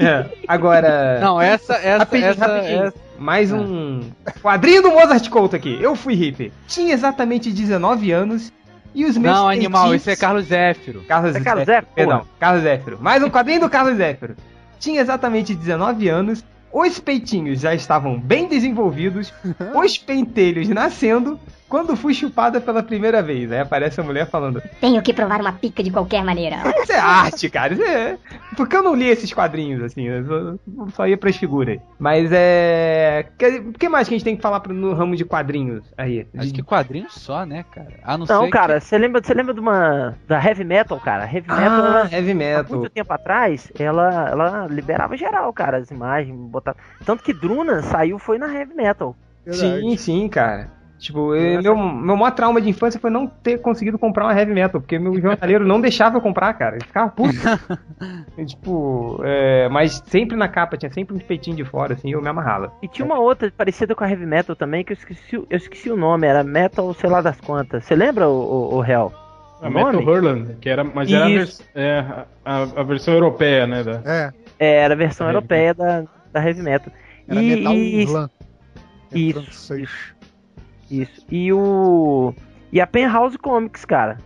S4: É. Agora...
S2: Não, essa, essa,
S4: Rapidinho,
S2: essa,
S4: rapidinho.
S2: essa- É.
S4: Mais um quadrinho do Mozart Couto aqui. Eu fui hippie. Tinha exatamente 19 anos e os meus
S2: Não, animal,
S4: sentidos-
S2: isso é Carlos Zéfiro.
S4: Carlos
S1: É
S4: Zéfiro.
S1: Carlos Zéfiro,
S4: Perdão, Carlos Zéfiro. Mais um quadrinho do Carlos Zéfiro. Tinha exatamente 19 anos, os peitinhos já estavam bem desenvolvidos, os pentelhos nascendo, quando fui chupada pela primeira vez. Aí aparece a mulher falando:
S9: Tenho que provar uma pica de qualquer maneira.
S4: Isso é arte, cara. Isso é... Porque eu não li esses quadrinhos, assim. Eu só, só ia pras figuras. Mas é. que- O que mais que a gente tem que falar pro- no ramo de quadrinhos aí?
S2: Acho que quadrinho só, né, cara? A não,
S1: Não,
S2: ser
S1: cara, você lembra, você lembra de uma. Da Heavy Metal, cara? Heavy Metal
S4: Ah,
S1: ela-
S4: heavy
S1: há
S4: metal.
S1: muito tempo atrás, ela, ela liberava geral, cara, as imagens, botava. Tanto que Druna saiu foi na Heavy Metal.
S4: Sim, sim, cara. Tipo,
S1: é
S4: eu- meu,
S1: assim.
S4: meu maior trauma de infância foi não ter conseguido comprar uma heavy metal, porque meu jornaleiro não deixava eu comprar, cara. Ele ficava puto. E, tipo, é, mas sempre na capa, tinha sempre um peitinho de fora, assim, eu me amarrava.
S1: E tinha uma outra parecida com a Heavy Metal também, que eu esqueci, o- eu esqueci o nome, era Metal, sei lá das quantas. Você lembra, o, o, o Hell?
S8: A Metal
S1: Nome?
S8: Hurland, que era, mas era a,
S1: Isso.
S8: vers- é, a- a, a versão europeia, né? Da...
S3: É,
S1: É, era a versão
S8: Heavy
S1: europeia da, da Heavy Metal.
S3: era
S1: e,
S3: metal
S1: e-
S3: Urlan. É
S1: Isso,
S3: francês.
S1: Isso. E o. E a Penhouse Comics, cara.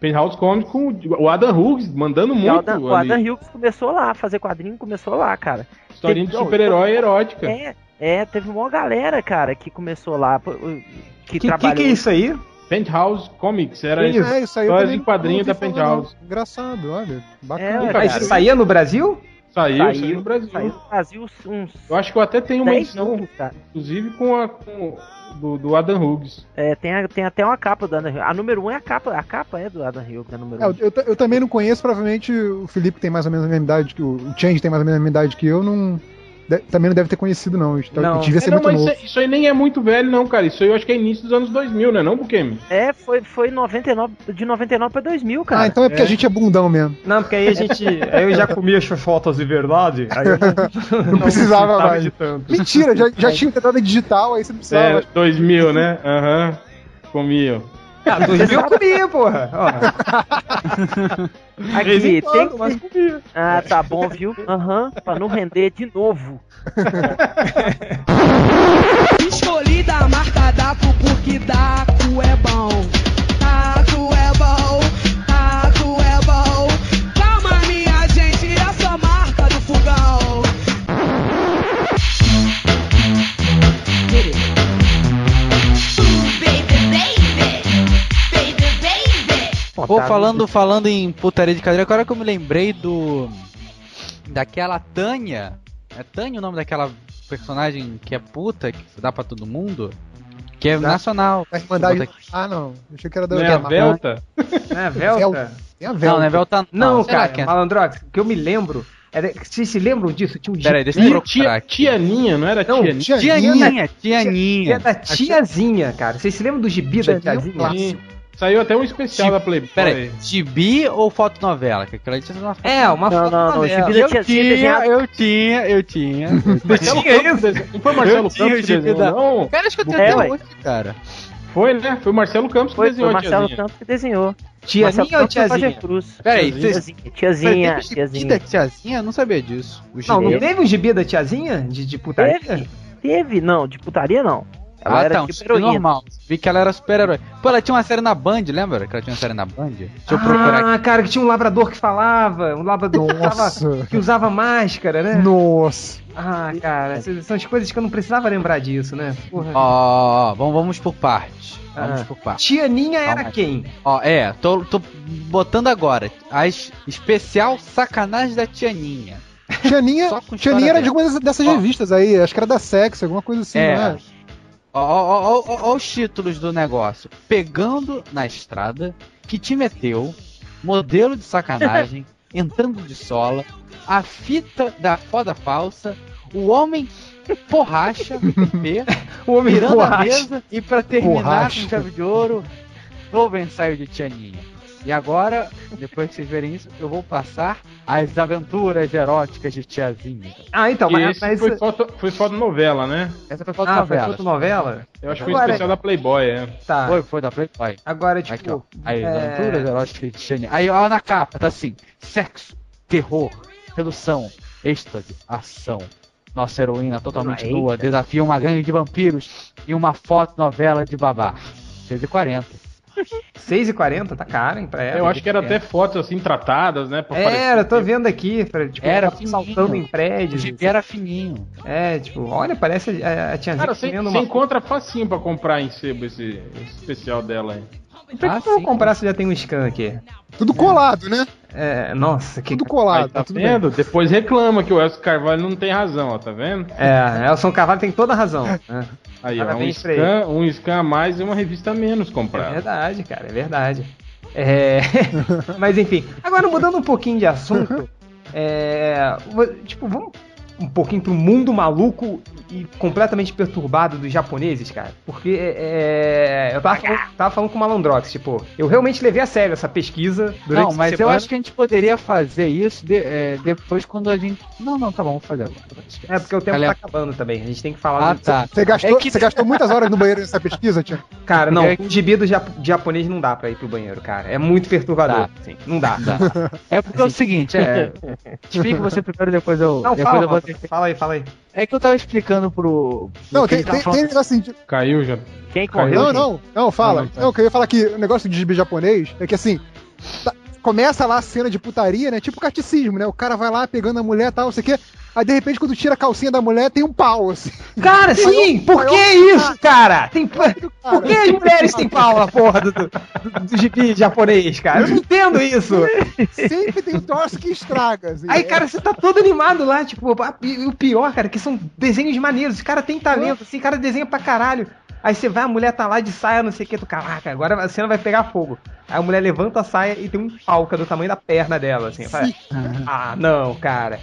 S8: Penthouse Comics com o Adam Hughes mandando
S1: E
S8: muito
S1: o Adam, o
S8: ali.
S1: Adam Hughes começou lá, a fazer quadrinho começou lá, cara.
S8: Historinha de
S1: Não,
S8: super-herói erótica.
S1: É, é, teve uma galera, cara, que começou lá. pô, Que,
S4: Que, que,
S1: trabalhou.
S4: que é isso aí?
S8: Penthouse Comics era
S4: Isso.
S8: isso.
S3: É, isso aí
S8: Histórias
S3: também
S8: em quadrinho
S3: não ouvi
S8: da
S3: falar,
S8: Penthouse.
S3: não. Engraçado, olha.
S1: É,
S3: Bacana.
S1: cara.
S4: Mas isso saía no Brasil?
S8: Saiu, saiu,
S1: Saiu,
S8: é no Brasil.
S1: Saiu do Brasil uns
S8: Eu acho que eu até tenho uma
S1: 10
S8: edição,
S1: anos, cara.
S8: inclusive, com a com o- do, do Adam Hughes.
S1: É, tem, a- tem até uma capa do Adam Hill. A número 1 um é a capa. A capa é do Adam Hill, que é a número
S3: É,
S1: 1.
S3: eu, eu ta- eu também não conheço, provavelmente o Felipe tem mais ou menos a mesma idade que o, o Change tem mais ou menos a mesma idade que eu, não de- também não deve ter conhecido não. Então,
S4: Não.
S3: devia
S8: É,
S3: ser
S8: não,
S3: muito
S8: mas
S3: novo.
S8: isso, isso aí nem é muito velho, não, cara. Isso aí eu acho que é início dos anos 2000, né? Não, Bukemi?
S1: É, foi, foi 99, de 99 pra 2000,
S3: Ah,
S1: cara.
S3: então é porque
S8: É.
S3: a gente é bundão mesmo.
S4: Não, porque aí a gente. aí eu já comia chochotas de verdade. Aí eu não,
S3: Não precisava
S4: tava
S3: mais.
S4: de tanto.
S3: Mentira, já, já tinha entrada digital, aí você não precisava.
S8: É, 2000, né? Aham. Comiam.
S4: Ah, 2000 eu comia, porra. Ó,
S1: Aqui, tem que...
S4: mas um comia.
S1: Ah, tá bom, viu? Aham, pra não render de novo.
S7: Escolhi da marca da
S11: taco porque taco é bom. Taco é bom, taco é bom. Calma, minha gente, essa é a marca do fogão.
S2: Pô,
S4: tá,
S2: falando, falando em putaria de cadeira, agora que eu me lembrei do. Daquela Tânia. É Tânia o nome daquela personagem que é puta, que se dá pra todo mundo? Que é
S3: Dá.
S2: nacional.
S3: Vai mandar...
S2: Puta que-
S3: Ah, não. Achei que era da
S8: Não é a Velta?
S4: Né, Velta?
S3: Tem a
S2: Não,
S3: Velta.
S2: não é Velta.
S4: Não,
S2: será
S4: cara,
S2: que é?
S4: Malandrox, o que eu me lembro. Era, vocês se lembram disso? Tinha um
S2: Pera aí, deixa eu
S8: Ih,
S2: procurar
S8: tia,
S2: aqui.
S8: Tianinha, não era
S4: Não,
S8: Tianinha?
S2: Tianinha,
S4: gibi
S2: Tianinha.
S4: da tiazinha, cara. Vocês se lembram do gibi da
S3: Tiazinha é um
S4: tiazinha?
S3: clássico.
S8: Saiu até um especial da Playboy.
S2: Pera aí, gibi ou fotonovela? Que aquela tinha uma
S4: É, uma
S1: Não,
S4: foto
S1: não, não.
S4: novela.
S1: Gibi da tiazinha desenhada.
S2: eu tinha, eu tinha.
S8: Marcelo
S4: Tinha
S8: Campos desenhou. Não foi o Marcelo
S2: Eu tinha
S8: Campos que
S2: gibi
S8: desenhou,
S2: da-
S8: não?
S2: Cara, acho que eu tenho
S1: É,
S2: até
S1: ué.
S2: hoje, cara.
S8: Foi, né? Foi o Marcelo Campos que
S1: Foi, foi
S8: desenhou
S1: o
S8: a
S1: Marcelo
S8: tiazinha.
S1: Santos que desenhou. Marcelo
S4: Tiazinha ou
S1: Santos e Roger
S4: tiazinha?
S1: Cruz.
S2: Pera aí, vocês-
S1: Tiazinha, tiazinha,
S2: Mas teve gibi da
S1: tiazinha.
S2: tiazinha? Eu não sabia disso. O
S4: Não, não
S2: gibi-
S4: teve um gibi da tiazinha? De, de putaria?
S1: Teve? Teve? Não, de putaria não. Ela
S2: Ah,
S1: era
S2: tá, um
S1: tipo
S2: gibi
S1: heroína.
S2: normal. Vi que ela era super-herói. Pô, ela tinha uma série na Band, lembra? Que ela tinha uma série na Band? Deixa eu procurar aqui.
S4: Ah, cara, que tinha um labrador que falava, um labrador que usava,
S3: Nossa.
S4: que usava máscara,
S2: É.
S4: né?
S3: Nossa.
S4: Ah, cara, essas são as coisas que eu não precisava lembrar disso, né? Porra.
S2: Ó, ó, ó, vamos, vamos por parte. Vamos
S4: Ah.
S2: por parte.
S4: Tianinha era
S2: Calma aí.
S4: quem?
S2: Ó, é, tô, tô botando agora. As especial sacanagem da Tianinha.
S3: Tianinha,
S2: Só com história
S3: Tianinha era
S2: dela.
S3: de alguma dessas- dessas
S2: Ó.
S3: revistas aí. Acho que era da Sex, alguma coisa assim,
S2: É.
S3: não é?
S2: Ó, ó, ó, ó, ó os títulos do negócio. Pegando na estrada, que te meteu, modelo de sacanagem, entrando de sola, a fita da foda falsa, o homem borracha, P,
S4: O homem
S2: virando a
S4: borracha.
S2: mesa e pra terminar
S3: Borracha.
S2: com chave de ouro, novo ensaio de Tianinha. E agora, depois que vocês verem isso, eu vou passar as aventuras eróticas de Tiazinha.
S4: Ah, então,
S8: E
S4: mas,
S8: esse
S4: mas-
S8: foi, foto, foi foto novela, né?
S2: Essa foi a foto
S4: Ah, foi
S2: novela.
S4: foto novela?
S8: Eu acho que foi
S4: Agora-
S8: especial da Playboy, é.
S4: Tá.
S2: Foi, foi da Playboy.
S4: Agora,
S2: Aqui, ó.
S4: tipo.
S2: Aí,
S4: é,
S2: aventuras eróticas de Tianinha. Aí, ó, na capa, tá assim: sexo, terror, sedução, êxtase, ação. Nossa heroína totalmente
S1: Eita.
S2: nua desafia uma gangue de vampiros e uma foto novela de babá. 6h40.
S4: é. 6,40, tá caro, hein?
S2: é,
S4: Pra ela.
S8: Eu acho que era até fotos assim tratadas, né? pra
S4: Era, eu tô vendo aqui. pra- tipo,
S2: Era
S4: ela saltando
S2: fininho.
S4: em prédios.
S2: Gibi era fininho.
S4: É, tipo, olha, parece é, a, a tiazinha
S8: Cara, você,
S4: comendo
S8: você
S4: tá uma.
S8: encontra facinho pra comprar em sebo esse, esse especial dela aí.
S4: Pra
S2: Ah,
S4: que eu vou
S2: sim.
S4: comprar se já tem um scan aqui?
S3: Tudo colado, né?
S4: É, nossa, que.
S3: Tudo colado.
S8: Aí, tá
S3: tudo bem.
S8: vendo? Depois reclama que o Elcio Carvalho não tem razão, ó, tá vendo?
S4: É, Elson Carvalho tem toda a razão. né?
S8: Aí, ó, um
S4: Parabéns pra
S8: scan, um scan a mais e uma revista a menos
S4: É
S8: comprada.
S4: verdade, cara, é verdade. É... Mas enfim, agora mudando um pouquinho de assunto, é... vo- tipo, vamos um pouquinho pro mundo maluco e completamente perturbado dos japoneses, cara. Porque é... eu tava falando, tava falando com o Malandrox, tipo, eu realmente levei a sério essa pesquisa durante
S2: não, mas
S4: essa
S2: eu
S4: semana.
S2: acho que a gente poderia fazer isso de- é, depois quando a gente. Não, não, tá bom, vamos fazer agora.
S4: É, porque o tempo
S2: Galera-
S4: tá acabando também, a gente tem que falar...
S2: Ah,
S4: do-
S2: tá.
S3: Você gastou,
S2: É que-
S3: você gastou muitas horas no banheiro nessa pesquisa, Tia?
S4: Cara, não,
S2: É
S4: o gibi do japo- japonês não dá pra ir pro banheiro, cara. É muito
S2: Tá.
S4: perturbador, assim, não dá.
S2: É porque é o seguinte, é. Explica você primeiro, depois eu.
S4: Não,
S2: depois
S4: fala,
S2: eu vou...
S4: Rafa, fala aí, fala aí.
S2: É que eu tava explicando pro. pro
S3: Não,
S2: que
S3: tem,
S2: ele tava
S3: tem,
S2: falando-
S3: tem negócio assim. de-
S8: Caiu já.
S1: Quem correu?
S3: Não,
S1: gente?
S3: não, não, fala.
S8: Ah, não, tá.
S3: Não, o que eu ia falar que o negócio de gibi japonês é que assim. tá- começa lá a cena de putaria, né? Tipo catecismo, né? O cara vai lá pegando a mulher e tal, não sei o quê. Aí de repente, quando tira a calcinha da mulher, tem um pau, assim.
S4: Cara, sim! Por que isso, cara? Tem... pa- Por que as mulheres têm pau na porra do, do, do gibi japonês, cara? Eu não entendo isso!
S3: Sempre tem um torso que estraga. assim.
S4: Aí, cara, você tá todo animado lá, tipo, ah, e o pior, cara, que são desenhos maneiros, o cara tem talento, assim, o cara desenha pra caralho. Aí você vai, a mulher tá lá de saia, não sei o que, tu, caraca, agora a cena vai pegar fogo. Aí a mulher levanta a saia e tem um palca do tamanho da perna dela, assim. fala, ah, não, cara.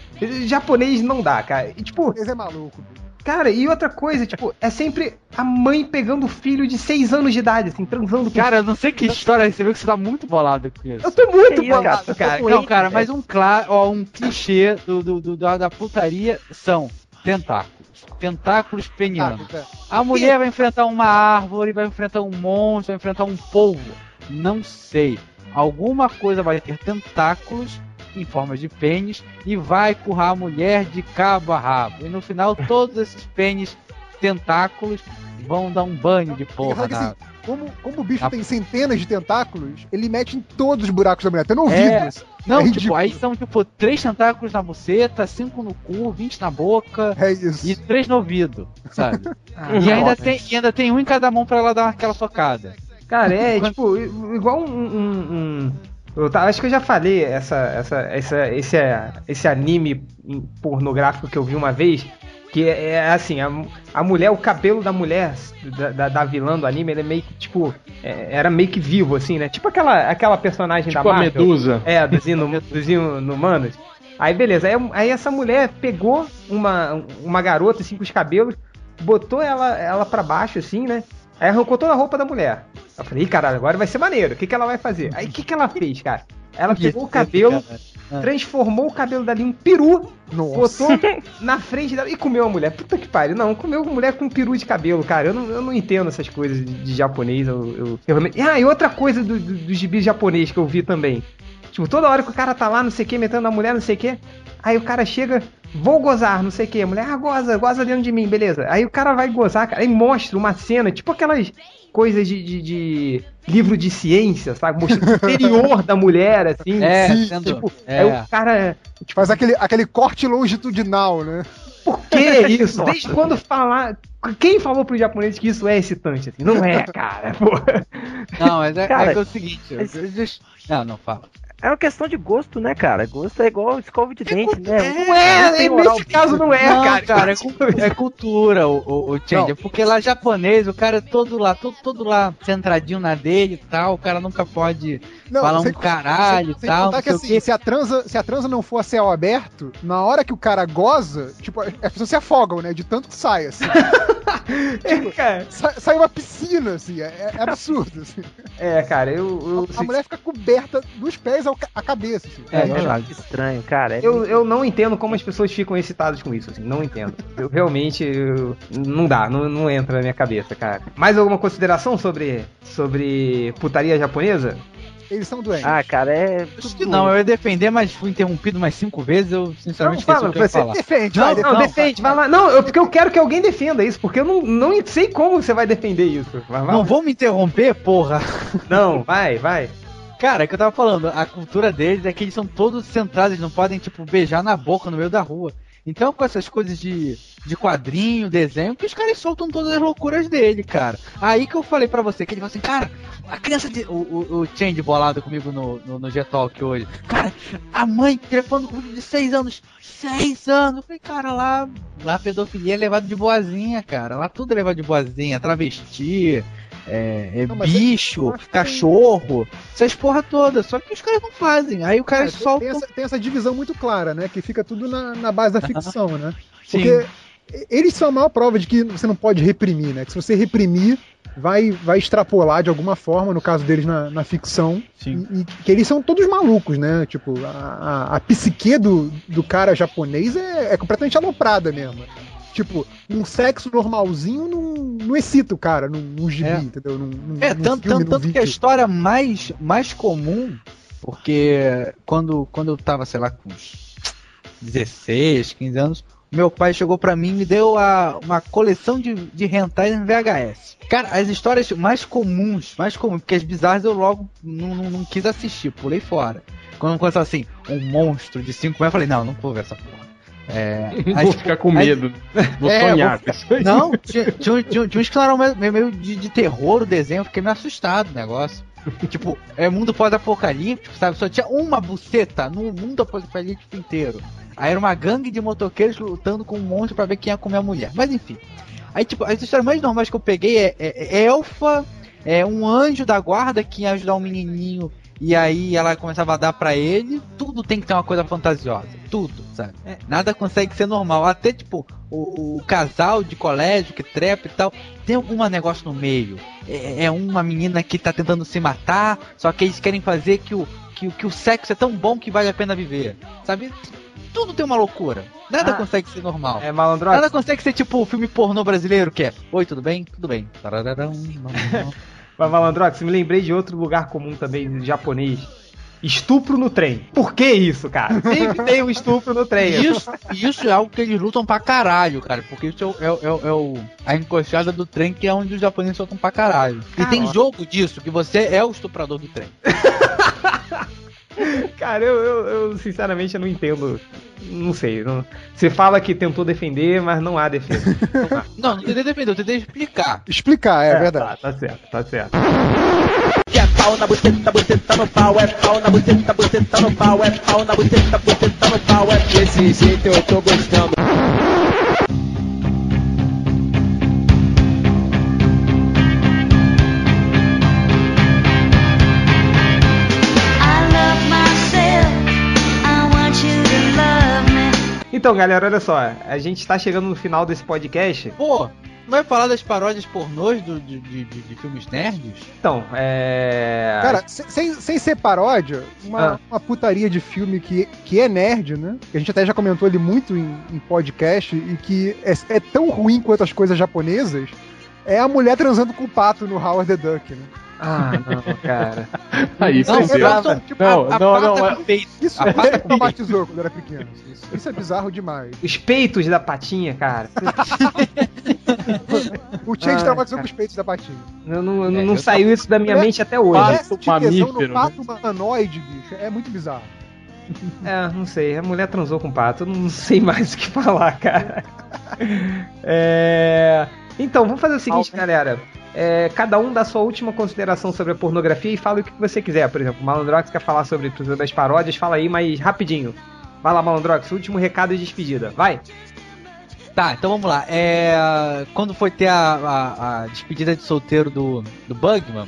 S4: Japonês não dá, cara. E, tipo,
S3: Esse é maluco. bicho.
S4: Cara, e outra coisa, tipo, é sempre a mãe pegando o filho de 6 anos de idade, assim, transando com
S2: Cara, eu não sei que história é, você viu que você tá muito bolado com isso.
S4: Eu tô muito
S1: Que isso, cara?
S4: bolado,
S1: Eu tô
S4: cara.
S1: com
S2: Não, cara, mas um claro, ó, um clichê do, do- do- da, da putaria são tentáculos. Tentáculos penianos.
S3: Sabe, É. cara?
S2: A mulher vai enfrentar uma árvore, vai enfrentar um monstro, vai enfrentar um polvo. Não sei. Alguma coisa vai ter tentáculos em forma de pênis e vai currar a mulher de cabo a rabo. E no final, todos esses pênis tentáculos vão dar um banho de porra
S3: que
S2: na...
S3: Como, como o bicho
S2: Na-
S3: tem centenas de tentáculos, ele mete em todos os buracos da mulher. Tem no ouvido.
S2: É,
S3: isso.
S2: não,
S3: É
S2: tipo,
S3: ridículo.
S2: aí são tipo três tentáculos na buceta, cinco no cu, 20 na boca
S3: É isso.
S2: e três no ouvido, sabe?
S4: Ah,
S8: Uhum.
S2: e, ainda
S4: nossa.
S2: tem, e ainda tem um em cada mão pra ela dar aquela socada.
S4: Cara, é tipo, i- igual um. um- um- eu ta- acho que eu já falei essa, essa, essa, esse, esse anime em- pornográfico que eu vi uma vez. Que é, é assim, a, mu- a mulher, o cabelo da mulher, da, da, da vilã do anime, ele é meio que, tipo, é- era meio que vivo, assim, né? Tipo aquela, aquela personagem
S8: Tipo
S4: da
S8: a
S4: Marvel.
S8: Medusa.
S4: É, dos, inu, dos inumanos. Aí beleza, aí, aí essa mulher pegou uma, uma garota assim com os cabelos, botou ela, ela pra baixo assim, né? Aí arrancou toda a roupa da mulher. Eu falei, "Ih, caralho, agora vai ser maneiro, o que, que ela vai fazer? Aí o que, que ela fez, cara? Ela pegou o cabelo, transformou o cabelo dali em um peru,
S3: Nossa.
S4: botou na frente dela e comeu a mulher. Puta que pariu, não, comeu a mulher com peru de cabelo, cara. Eu não, eu não entendo essas coisas de, de japonês. Eu, eu- eu realmente- Ah, e outra coisa do, do, do gibi japonês que eu vi também. Tipo, toda hora que o cara tá lá, não sei o que, metendo a mulher, não sei o que. Aí o cara chega, vou gozar, não sei o que. A mulher, ah, goza, goza dentro de mim, beleza. Aí o cara vai gozar, cara. Aí mostra uma cena, tipo aquelas coisas de, de- de livro de ciência, sabe? Mostrando o interior da mulher, assim.
S2: É,
S3: Sim,
S2: sendo,
S4: Tipo,
S2: é,
S4: aí o cara.
S2: tipo,
S3: Faz aquele, aquele corte longitudinal, né?
S4: Por que isso? Desde quando falar. Quem falou pro japonês que isso é excitante? Assim? Não é, cara. Pô.
S2: Não, mas é,
S1: Cara,
S2: é que é o seguinte... eu- eu just- Não, não fala.
S1: É uma questão de gosto, né, cara? Gosto é igual escova de dente, né?
S4: Não é, nesse
S1: tem oral
S4: caso não é,
S2: não,
S4: cara.
S2: cara, é, cu- é cultura o, o, o Change. Porque lá japonês, o cara é todo lá, todo, todo lá centradinho na dele e tal, o cara nunca pode falar um
S3: sem-
S2: caralho e
S3: sem
S2: tal,
S3: contar
S2: não
S3: que
S2: sei o
S3: assim,
S2: quê.
S3: se a, transa, se a transa não for a céu aberto, na hora que o cara goza, tipo, as pessoas se afogam, né? De tanto que sai, assim.
S4: É, cara.
S3: Sa- sai uma piscina, assim, é, é absurdo. assim.
S4: É, cara, eu. eu
S3: A mulher fica coberta dos pés ao ca- à cabeça, assim.
S4: É,
S1: É
S4: cara,
S1: muito estranho, cara. É
S4: eu, eu não entendo como as pessoas ficam excitadas com isso, assim, não entendo. Eu realmente eu- não dá, não, não entra na minha cabeça, cara. Mais alguma consideração sobre sobre putaria japonesa?
S3: Eles são doentes.
S1: Ah, cara, é.
S2: Acho que não, eu ia defender, mas fui interrompido umas cinco vezes, eu sinceramente
S4: Não,
S2: esqueci
S4: fala,
S2: o que eu ia
S4: você-
S2: falar.
S3: Defende,
S2: Não,
S3: vai,
S4: Não,
S3: defende.
S4: defende, vai lá. Não, eu, porque eu quero que alguém defenda isso, porque eu não, não sei como você vai defender isso. Vai lá.
S2: Não vou me interromper, porra.
S4: Não, vai, vai.
S2: Cara, é que eu tava falando, a cultura deles é que eles são todos centrados, eles não podem, tipo, beijar na boca no meio da rua. Então, com essas coisas de, de quadrinho, desenho, que os caras soltam todas as loucuras dele, cara. Aí que eu falei pra você, que ele falou assim, cara, a criança de. O, o, o Change bolado comigo no, no, no G-Talk hoje. Cara, a mãe telefone comigo de seis anos. seis anos! Eu falei, cara, lá, lá a pedofilia é levado de boazinha, cara. Lá tudo é levado de boazinha, travesti. É, é
S3: Não, mas eu
S2: bicho,
S3: acho que-
S2: cachorro, essas porra todas, só que os caras não fazem. Aí o cara
S3: Cara, tem-
S2: solta. um-
S3: tem, essa, tem essa divisão muito clara, né? Que fica tudo na, na base da ficção, né?
S2: Sim.
S3: Porque e- eles são a maior prova de que você não pode reprimir, né? Que se você reprimir, vai, vai extrapolar de alguma forma, no caso deles na, na ficção.
S8: Sim.
S3: E, e que eles são todos malucos, né? Tipo, a, a, a psique do, do cara japonês é, é completamente aloprada mesmo. Tipo, um sexo normalzinho não, não excita o cara num, num gibi,
S2: É.
S3: entendeu? Num, num,
S2: É,
S3: num
S2: tanto,
S3: filme,
S2: tanto,
S3: num
S2: tanto que a
S3: vídeo.
S2: história mais, mais comum, porque quando, quando eu tava, sei lá, com uns 16, 15 anos, meu pai chegou pra mim e me deu a, uma coleção de, de rentais em VHS. Cara, as histórias mais comuns, mais comuns, porque as bizarras eu logo não, não, não quis assistir, pulei fora. Quando começou assim, um monstro de 5 metros, eu falei, não, não vou ver essa porra. É, as-
S8: Vou ficar com
S2: aí-
S8: medo. Vou
S2: É,
S8: sonhar.
S2: vou
S8: com isso aí.
S2: não, tinha, tinha, um- tinha, um- tinha uns que não eram meio, meio de, de terror o desenho, eu fiquei meio assustado o negócio. Tipo, é mundo pós-apocalíptico, sabe? Só tinha uma buceta no mundo pós-apocalíptico inteiro. Aí era uma gangue de motoqueiros lutando com um monstro pra ver quem ia comer a mulher. Mas enfim. Aí, tipo, as histórias mais normais que eu peguei é, é- é elfa, é um anjo da guarda que ia ajudar um menininho e aí ela começava a dar pra ele. Tudo tem que ter uma coisa fantasiosa. Tudo, sabe? Nada consegue ser normal. Até, tipo, o, o casal de colégio que trepa e tal, tem algum negócio no meio. É, é uma menina que tá tentando se matar, só que eles querem fazer que o, que, o- que o sexo é tão bom que vale a pena viver. Sabe? Tudo tem uma loucura. Nada
S4: Ah.
S2: consegue ser normal.
S4: É malandro.
S2: Nada consegue ser tipo o filme pornô brasileiro que é Oi, tudo bem? Tudo bem. Tarararão, não, não, não.
S4: Mas, Malandrox, me lembrei de outro lugar comum também, japonês. Estupro no trem. Por que isso, cara? Sempre tem um estupro no trem.
S2: Isso, isso é algo que eles lutam pra caralho, cara. Porque isso é, o- é o- é o- é o- a encostada do trem que é onde os japoneses lutam pra caralho. E tem jogo disso, que você é o estuprador do trem.
S4: Cara, eu, eu, eu, sinceramente eu não entendo. Não sei. não- Você fala que tentou defender, mas não há defesa.
S2: Não, não tentei defender, eu tentei explicar.
S3: Explicar, é, verdade.
S4: Tá certo, tá certo.
S11: É pau na buceta, buceta no pau, é pau na buceta, buceta no pau, é pau na buceta, buceta no pau, é desse jeito eu tô gostando.
S4: Então, galera, olha só. A gente tá chegando no final desse podcast.
S2: Pô, não vai falar das paródias pornôs do- de, de- de- de filmes nerds?
S4: Então, é.
S3: Cara, se- sem, sem ser paródia, uma,
S4: Ah.
S3: uma putaria de filme que, que é nerd, né? Que a gente até já comentou ele muito em, em podcast e que é, é tão ruim quanto as coisas japonesas, é a mulher transando com o pato no Howard the Duck, né?
S4: Ah, não, cara.
S8: Aí,
S2: Não,
S8: fudeu.
S2: não, não, tipo,
S8: é Não,
S2: a, a
S8: não,
S2: pata
S8: não,
S2: com
S8: é-
S2: peito.
S3: Isso
S2: A
S4: Ah,
S3: me
S2: pata
S3: traumatizou quando eu era pequeno. Isso, isso é bizarro demais.
S4: Os peitos da patinha, cara.
S3: O Change
S4: Ah,
S3: traumatizou
S4: cara.
S3: com os peitos da patinha.
S4: Eu não, eu não-
S2: É,
S4: não
S2: eu
S4: saiu isso da minha
S3: É, né?
S4: mente até hoje.
S8: Pato,
S3: Parece de tesão no
S8: mamífero,
S3: pato humanoide, bicho. É muito bizarro.
S4: É, não sei. A mulher transou com o pato. eu Não sei mais o que falar, cara. É... Então, vamos fazer o seguinte, galera. É, cada um dá sua última consideração sobre a pornografia e fala o que você quiser. Por exemplo, o Malandrox quer falar sobre tudo das paródias. Fala aí, mas rapidinho. Vai lá, Malandrox. Último recado e despedida. Vai.
S2: Tá, então vamos lá. É, quando foi ter a, a- a despedida de solteiro do, do Bugman,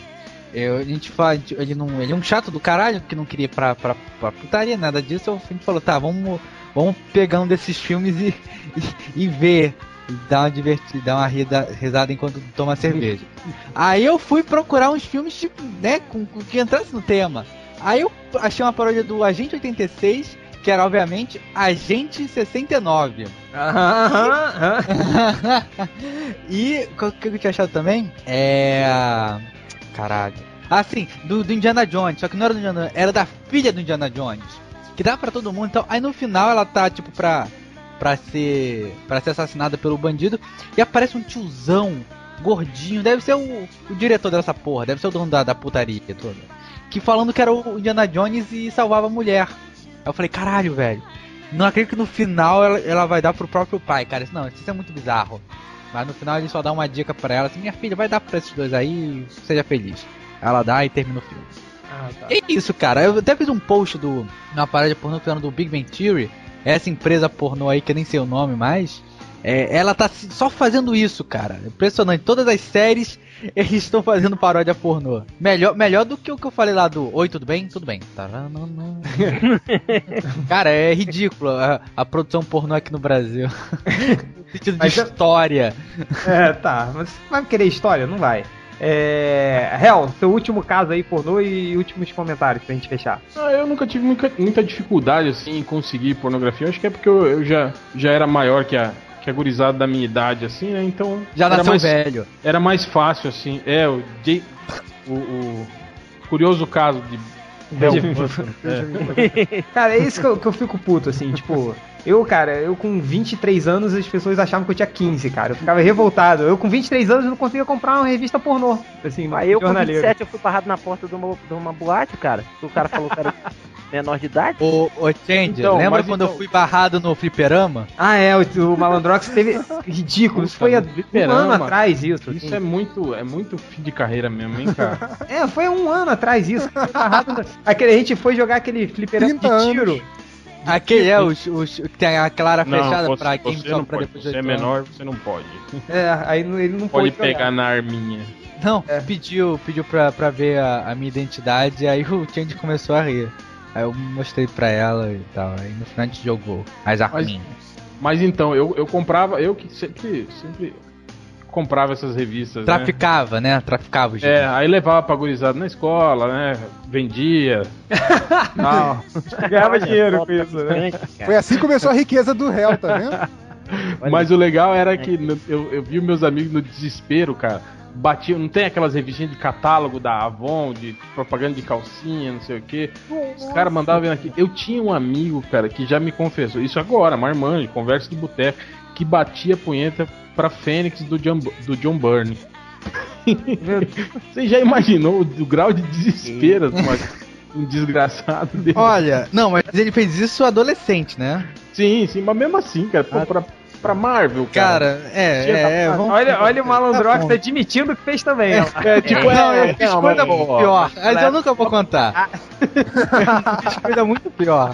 S2: eu- a gente fala, a gente- ele, não, ele é um chato do caralho que não queria ir pra, pra, pra putaria, nada disso. eu- A gente falou, tá, vamos, vamos pegar um desses filmes e, e, e ver. E dar uma divertida, dar uma rida- risada enquanto toma cerveja. Aí eu fui procurar uns filmes, tipo, né, com, com- que entrasse no tema. Aí eu achei uma paródia do Agente 86, que era obviamente Agente 69.
S4: Aham, aham.
S2: e o que eu tinha achado também? É. Caralho. Ah, sim, do, do Indiana Jones, só que não era do Indiana Jones, era da filha do Indiana Jones. Que dá pra todo mundo, então. Aí no final ela tá, tipo, pra. pra ser. pra ser assassinada pelo bandido. E aparece um tiozão gordinho, deve ser o, o diretor dessa porra, deve ser o dono da, da putaria toda. Que falando que era o Indiana Jones e salvava a mulher. Aí eu falei, caralho, velho. Não acredito que no final ela, ela vai dar pro próprio pai, cara. Isso não, isso é muito bizarro. Mas no final ele só dá uma dica pra ela, assim, minha filha, vai dar pra esses dois aí, seja feliz. Ela dá e termina o filme.
S4: Ah, tá.
S2: É isso, cara. Eu até fiz um post do na parada pornô falando do Big Bang Theory, É essa empresa pornô aí que eu nem sei o nome mais. é, ela tá se- só fazendo isso, cara. Impressionante. Todas as séries eles estão fazendo paródia pornô. Melhor, melhor do que o que eu falei lá do Oi, tudo bem? Tudo bem. Taranana. cara, é ridículo a, a produção pornô aqui no Brasil. no sentido de
S4: Mas eu-
S2: história.
S4: É, tá. Mas você vai querer história? Não vai. É. Hel, seu último caso aí, pornô, e últimos comentários pra gente fechar.
S8: Ah, eu nunca tive muita, muita dificuldade assim em conseguir pornografia. Eu acho que é porque eu, eu já, já era maior que a, que a gurizada da minha idade, assim, né? Então.
S2: Já
S8: era
S2: nasceu
S8: mais,
S2: velho.
S8: Era mais fácil, assim. É, o. J- o, o curioso caso de. Bel Bunton.
S4: Cara, é isso que eu, que eu fico puto, assim, tipo. Eu, cara, eu com 23 anos as pessoas achavam que eu tinha 15, cara. Eu ficava revoltado. Eu com 23 anos não conseguia comprar uma revista pornô. Assim, no
S1: Aí Ah, eu, com
S4: jornaleiro.
S1: 27, eu fui barrado na porta de uma, de uma boate, cara. que O cara falou que era menor de idade.
S2: Ô, ô Change,
S8: Então,
S2: lembra
S8: mas
S2: quando eu
S8: então-
S2: fui barrado no fliperama?
S4: Ah, é, o, o Malandrox teve. Ridículo. Isso foi há um
S8: Fliperama.
S4: ano atrás, isso.
S8: Isso
S4: assim.
S8: é muito, é muito fim de carreira mesmo, hein, cara?
S4: É, foi um ano atrás isso. aquele, a gente foi jogar aquele fliperama
S3: 30
S4: de
S3: anos.
S4: tiro.
S2: Aquele é os, os que tem a Clara fechada
S8: Tipo você,
S2: Tá pra quem
S8: você
S2: só
S8: não
S2: pra
S8: pode.
S2: depois de
S8: Você é
S2: oito
S8: menor, você não pode.
S4: É, aí não- ele não
S8: Pode
S4: pôde
S8: pegar
S4: jogar.
S8: na arminha.
S2: anos. Não, pediu, pediu pra, pra ver a, a minha identidade, aí o Change começou a rir. Aí eu mostrei pra ela e tal, aí no final a gente jogou as arminhas.
S8: Mas então, eu, eu comprava, eu que sempre, sempre comprava essas revistas. né?
S2: Traficava, né? Traficava os
S8: É, aí levava pra gurizada na escola, né? Vendia. tal.
S4: Ganhava dinheiro com
S1: Volta
S4: isso, né?
S1: gigante, cara.
S3: Foi assim que começou a riqueza do réu, tá vendo?
S8: Mas o legal era que no- eu, eu vi meus amigos no desespero, cara. batia, não tem aquelas revistinhas de catálogo da Avon, de propaganda de calcinha, não sei o quê. Os caras mandavam vendo aqui. Eu tinha um amigo, cara, que já me confessou, isso agora, marmanjo, conversa de boteco, que batia punheta pra Fênix do John, do John Byrne. Você já imaginou o, o grau de desespero de uma- um desgraçado dele?
S2: Olha, não, mas ele fez isso adolescente, né?
S8: Sim, sim, mas mesmo assim, cara, pô, pra, pra Marvel, cara.
S2: Cara, é,
S8: Tinha
S2: é,
S8: da-
S2: é, vamos-
S4: Olha, olha o Malandrox
S2: bom.
S4: admitindo que fez também. ó.
S8: É, tipo, é,
S2: não, eu
S8: é,
S2: fiz
S8: não,
S2: coisa
S8: mas- é. Ah.
S2: pior, mas
S4: né?
S2: eu nunca vou contar. Eu fiz coisa muito pior.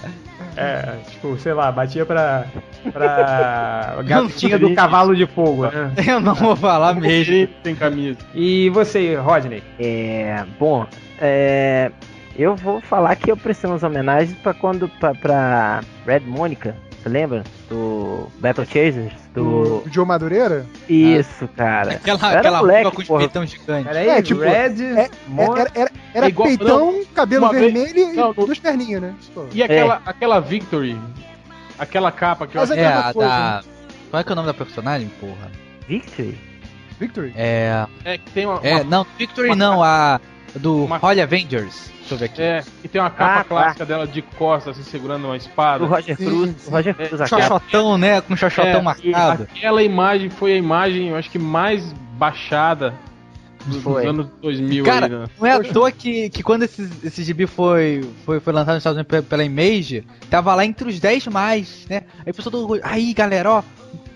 S4: É, tipo, sei lá, batia pra. pra. garotinha do cavalo de fogo.
S3: É.
S4: né?
S2: Eu não vou falar mesmo.
S8: Ele tem camisa.
S4: E você, Rodney?
S1: É, bom, é, eu vou falar que eu prestei umas homenagens pra quando pra, pra Red Monica, você lembra do Battle Chasers, do
S3: O Joe Madureira?
S1: isso, cara. Eu
S2: Aquela,
S1: era
S2: aquela
S1: moleque,
S2: boca com os
S1: porra.
S2: peitão gigante.
S4: Peraí,
S3: É, tipo,
S4: Red. Mon-
S3: É, era era, era
S8: É igual-
S3: peitão, cabelo
S8: uma vez-
S3: vermelho e
S8: não, não-
S3: duas perninhas, né? Pô.
S8: E aquela, aquela Victory, aquela capa que eu
S3: Mas
S8: acho
S2: É,
S3: aquela
S2: a
S3: coisa.
S2: da. Qual é que é o nome da personagem, porra?
S1: Victory?
S3: Victory.
S2: É.
S8: é que tem uma,
S2: É, não, Victory
S8: uma-
S2: não, a. Do
S8: uma-
S2: Holly Avengers. Deixa eu ver aqui.
S8: É, e tem uma capa
S1: Ah, tá.
S8: clássica dela de costas, assim, segurando uma espada.
S1: Do Roger
S3: Sim,
S1: Cruz,
S3: sim.
S1: do Roger
S2: É,
S1: Cruz, aquela.
S2: Xoxotão, né? Com xoxotão
S8: É,
S2: marcado.
S8: Aquela imagem foi a imagem, eu acho que mais baixada dos, dos
S1: Foi.
S8: anos 2000 aí, né?
S2: Cara, não é à toa que, que quando esse, esse gibi foi, foi, foi lançado nos Estados Unidos pe- pela Image, tava lá entre os 10 mais, né? Aí o pessoal todo orgulho- aí galera, ó,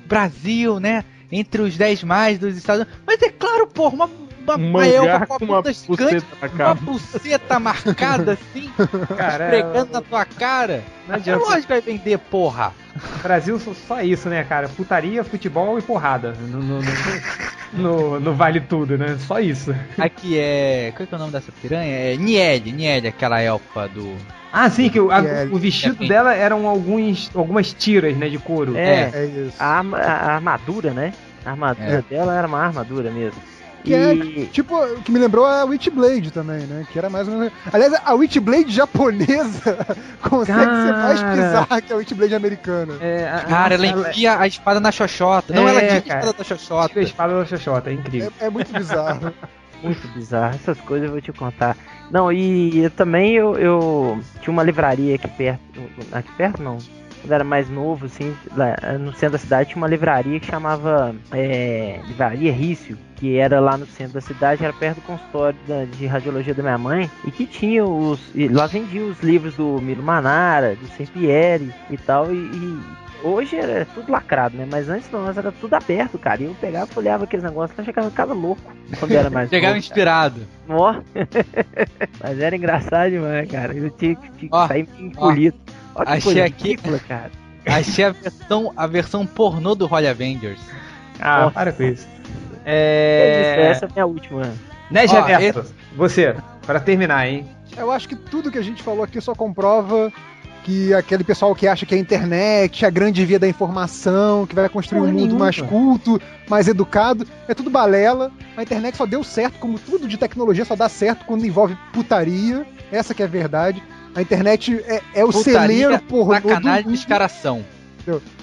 S2: Brasil, né? Entre os 10 mais dos Estados Unidos. Mas é claro, porra, uma, uma
S8: Um
S2: uma elfa com
S8: mangá com
S2: uma
S8: uma
S2: bunda gigante,
S8: buceta na
S2: uma
S8: capa.
S2: buceta marcada assim,
S4: Cara,
S2: esfregando na tua cara.
S4: não
S2: É
S4: adianta.
S2: lógico que vai vender, porra.
S4: O Brasil só- só isso, né, cara? Putaria, futebol e porrada. No, no, no- no- no Vale Tudo, né? Só isso.
S2: Aqui é. Qual é, que é o nome dessa piranha? É Niel, Niel, aquela elfa do.
S4: Ah, sim, que o, a-
S3: É,
S4: o vestido
S2: é.
S4: dela eram alguns, algumas tiras, né, de couro.
S1: É,
S3: É isso.
S8: Ah,
S1: a, arma- a armadura, né? A armadura dela era uma armadura mesmo.
S3: Que é-
S1: E
S3: Tipo, o que me lembrou é a Witchblade também, né? Que era mais ou menos. Aliás, a Witchblade japonesa consegue ser mais
S4: Cara.
S3: bizarra que a Witchblade americana.
S4: É, a-
S2: Cara, ela
S4: ela-
S2: enfia a espada na xoxota. Não,
S4: É,
S2: ela tira a
S4: cara.
S2: espada da xoxota.
S4: tira a espada da Xoxota, é incrível.
S3: É, é muito bizarro.
S1: muito bizarro, essas coisas eu vou te contar. Não, e eu também eu, eu tinha uma livraria aqui perto, aqui perto não, quando era mais novo, assim, lá no centro da cidade tinha uma livraria que chamava é, Livraria Rício, que era lá no centro da cidade, era perto do consultório da- de radiologia da minha mãe, e que tinha os. e lá vendia os livros do Miro Manara, do Sempieri e tal, e. e Hoje era tudo lacrado, né? Mas antes não, antes era tudo aberto, cara. E eu pegava, folheava aqueles negócios, eu chegava em casa louco quando era mais
S2: Chegaram
S1: novo, cara.
S2: inspirado.
S1: Ó. Mas era engraçado demais, cara. Eu tinha que, tinha que
S2: Ó,
S1: sair encolhido. Ó, que
S2: achei
S1: coisa
S2: aqui.
S1: ridícula, cara.
S2: Achei a versão, a versão pornô do Holly Avengers.
S3: É
S4: Ah,
S1: Nossa.
S4: para com isso.
S1: É... isso,
S4: É.
S1: essa é a minha última.
S4: Né,
S2: Ó,
S4: Geverso? Você, pra terminar, hein?
S3: Eu acho que tudo que a gente falou aqui só comprova que aquele pessoal que acha que a internet, é a grande via da informação, que vai construir um
S4: Porra
S3: mundo
S4: nenhuma.
S3: mais culto, mais educado, é tudo balela. A internet só deu certo, como tudo de tecnologia só dá certo quando envolve putaria. Essa que é a verdade. A internet é, é o
S2: Putaria,
S3: celeiro pornô do
S2: Sacanagem e
S3: mundo.
S2: descaração.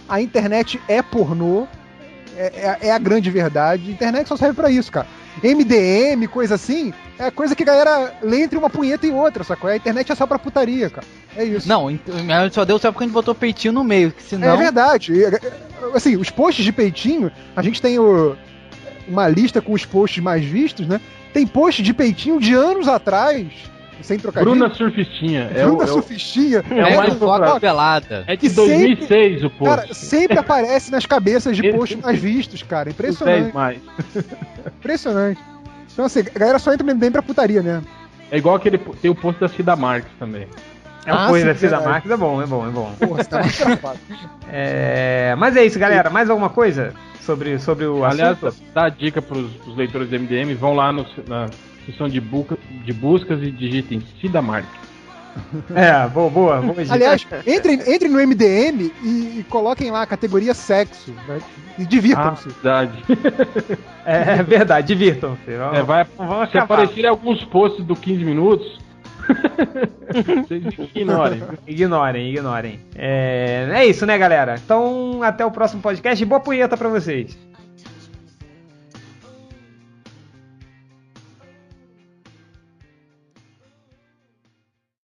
S3: a internet é pornô. É, é- é a grande verdade. Internet só serve pra isso, cara. MDM, coisa assim, é coisa que a galera lê entre uma punheta e outra, sacou? A internet é só pra putaria, cara. É isso.
S2: Não, ent- mas só deu certo porque a gente botou o peitinho no meio, que senão...
S3: É verdade. E, é, Assim, os posts de peitinho, a gente tem o- uma lista com os posts mais vistos, né? Tem post de peitinho de anos atrás, sem trocadilho.
S8: Bruna Surfistinha. É, o,
S3: Bruna
S8: é, o-
S3: Sufistinha.
S8: é o
S2: Pega
S8: mais
S2: foto
S8: popular.
S2: pelada.
S8: É de
S3: que sempre-
S8: 2006 o post.
S3: Cara, sempre aparece nas cabeças de posts mais vistos, cara.
S8: Os
S3: Impressionante.
S8: 10 mais.
S3: Impressionante. Então, assim, a galera só entra no MDM pra putaria, né?
S8: É igual aquele. po- Tem o post da Cida Marques também.
S4: É uma
S3: Ah,
S4: coisa,
S3: sim,
S4: Cida
S3: verdade.
S4: Marques é bom, é bom, é bom.
S3: Porra, você tá mais travado.
S4: É, Mas é isso, galera. Mais alguma coisa sobre, sobre o
S8: Aliás,
S4: assunto?
S8: dá a dica pros, pros leitores do MDM: vão lá no- na seção de, buca- de buscas e digitem Cida Marques.
S4: É, boa, boa. boa gente.
S3: Aliás, entrem, entrem no MDM e, e coloquem lá a categoria sexo. Né? E
S8: Ah,
S3: divirtam-se.
S8: verdade.
S4: é verdade, divirtam-se.
S8: É, vai, se
S4: acabar.
S8: aparecerem alguns posts do 15 minutos, vocês ignorem.
S4: Ignorem, ignorem. É... é isso, né, galera? Então, até o próximo podcast. Boa punheta pra vocês.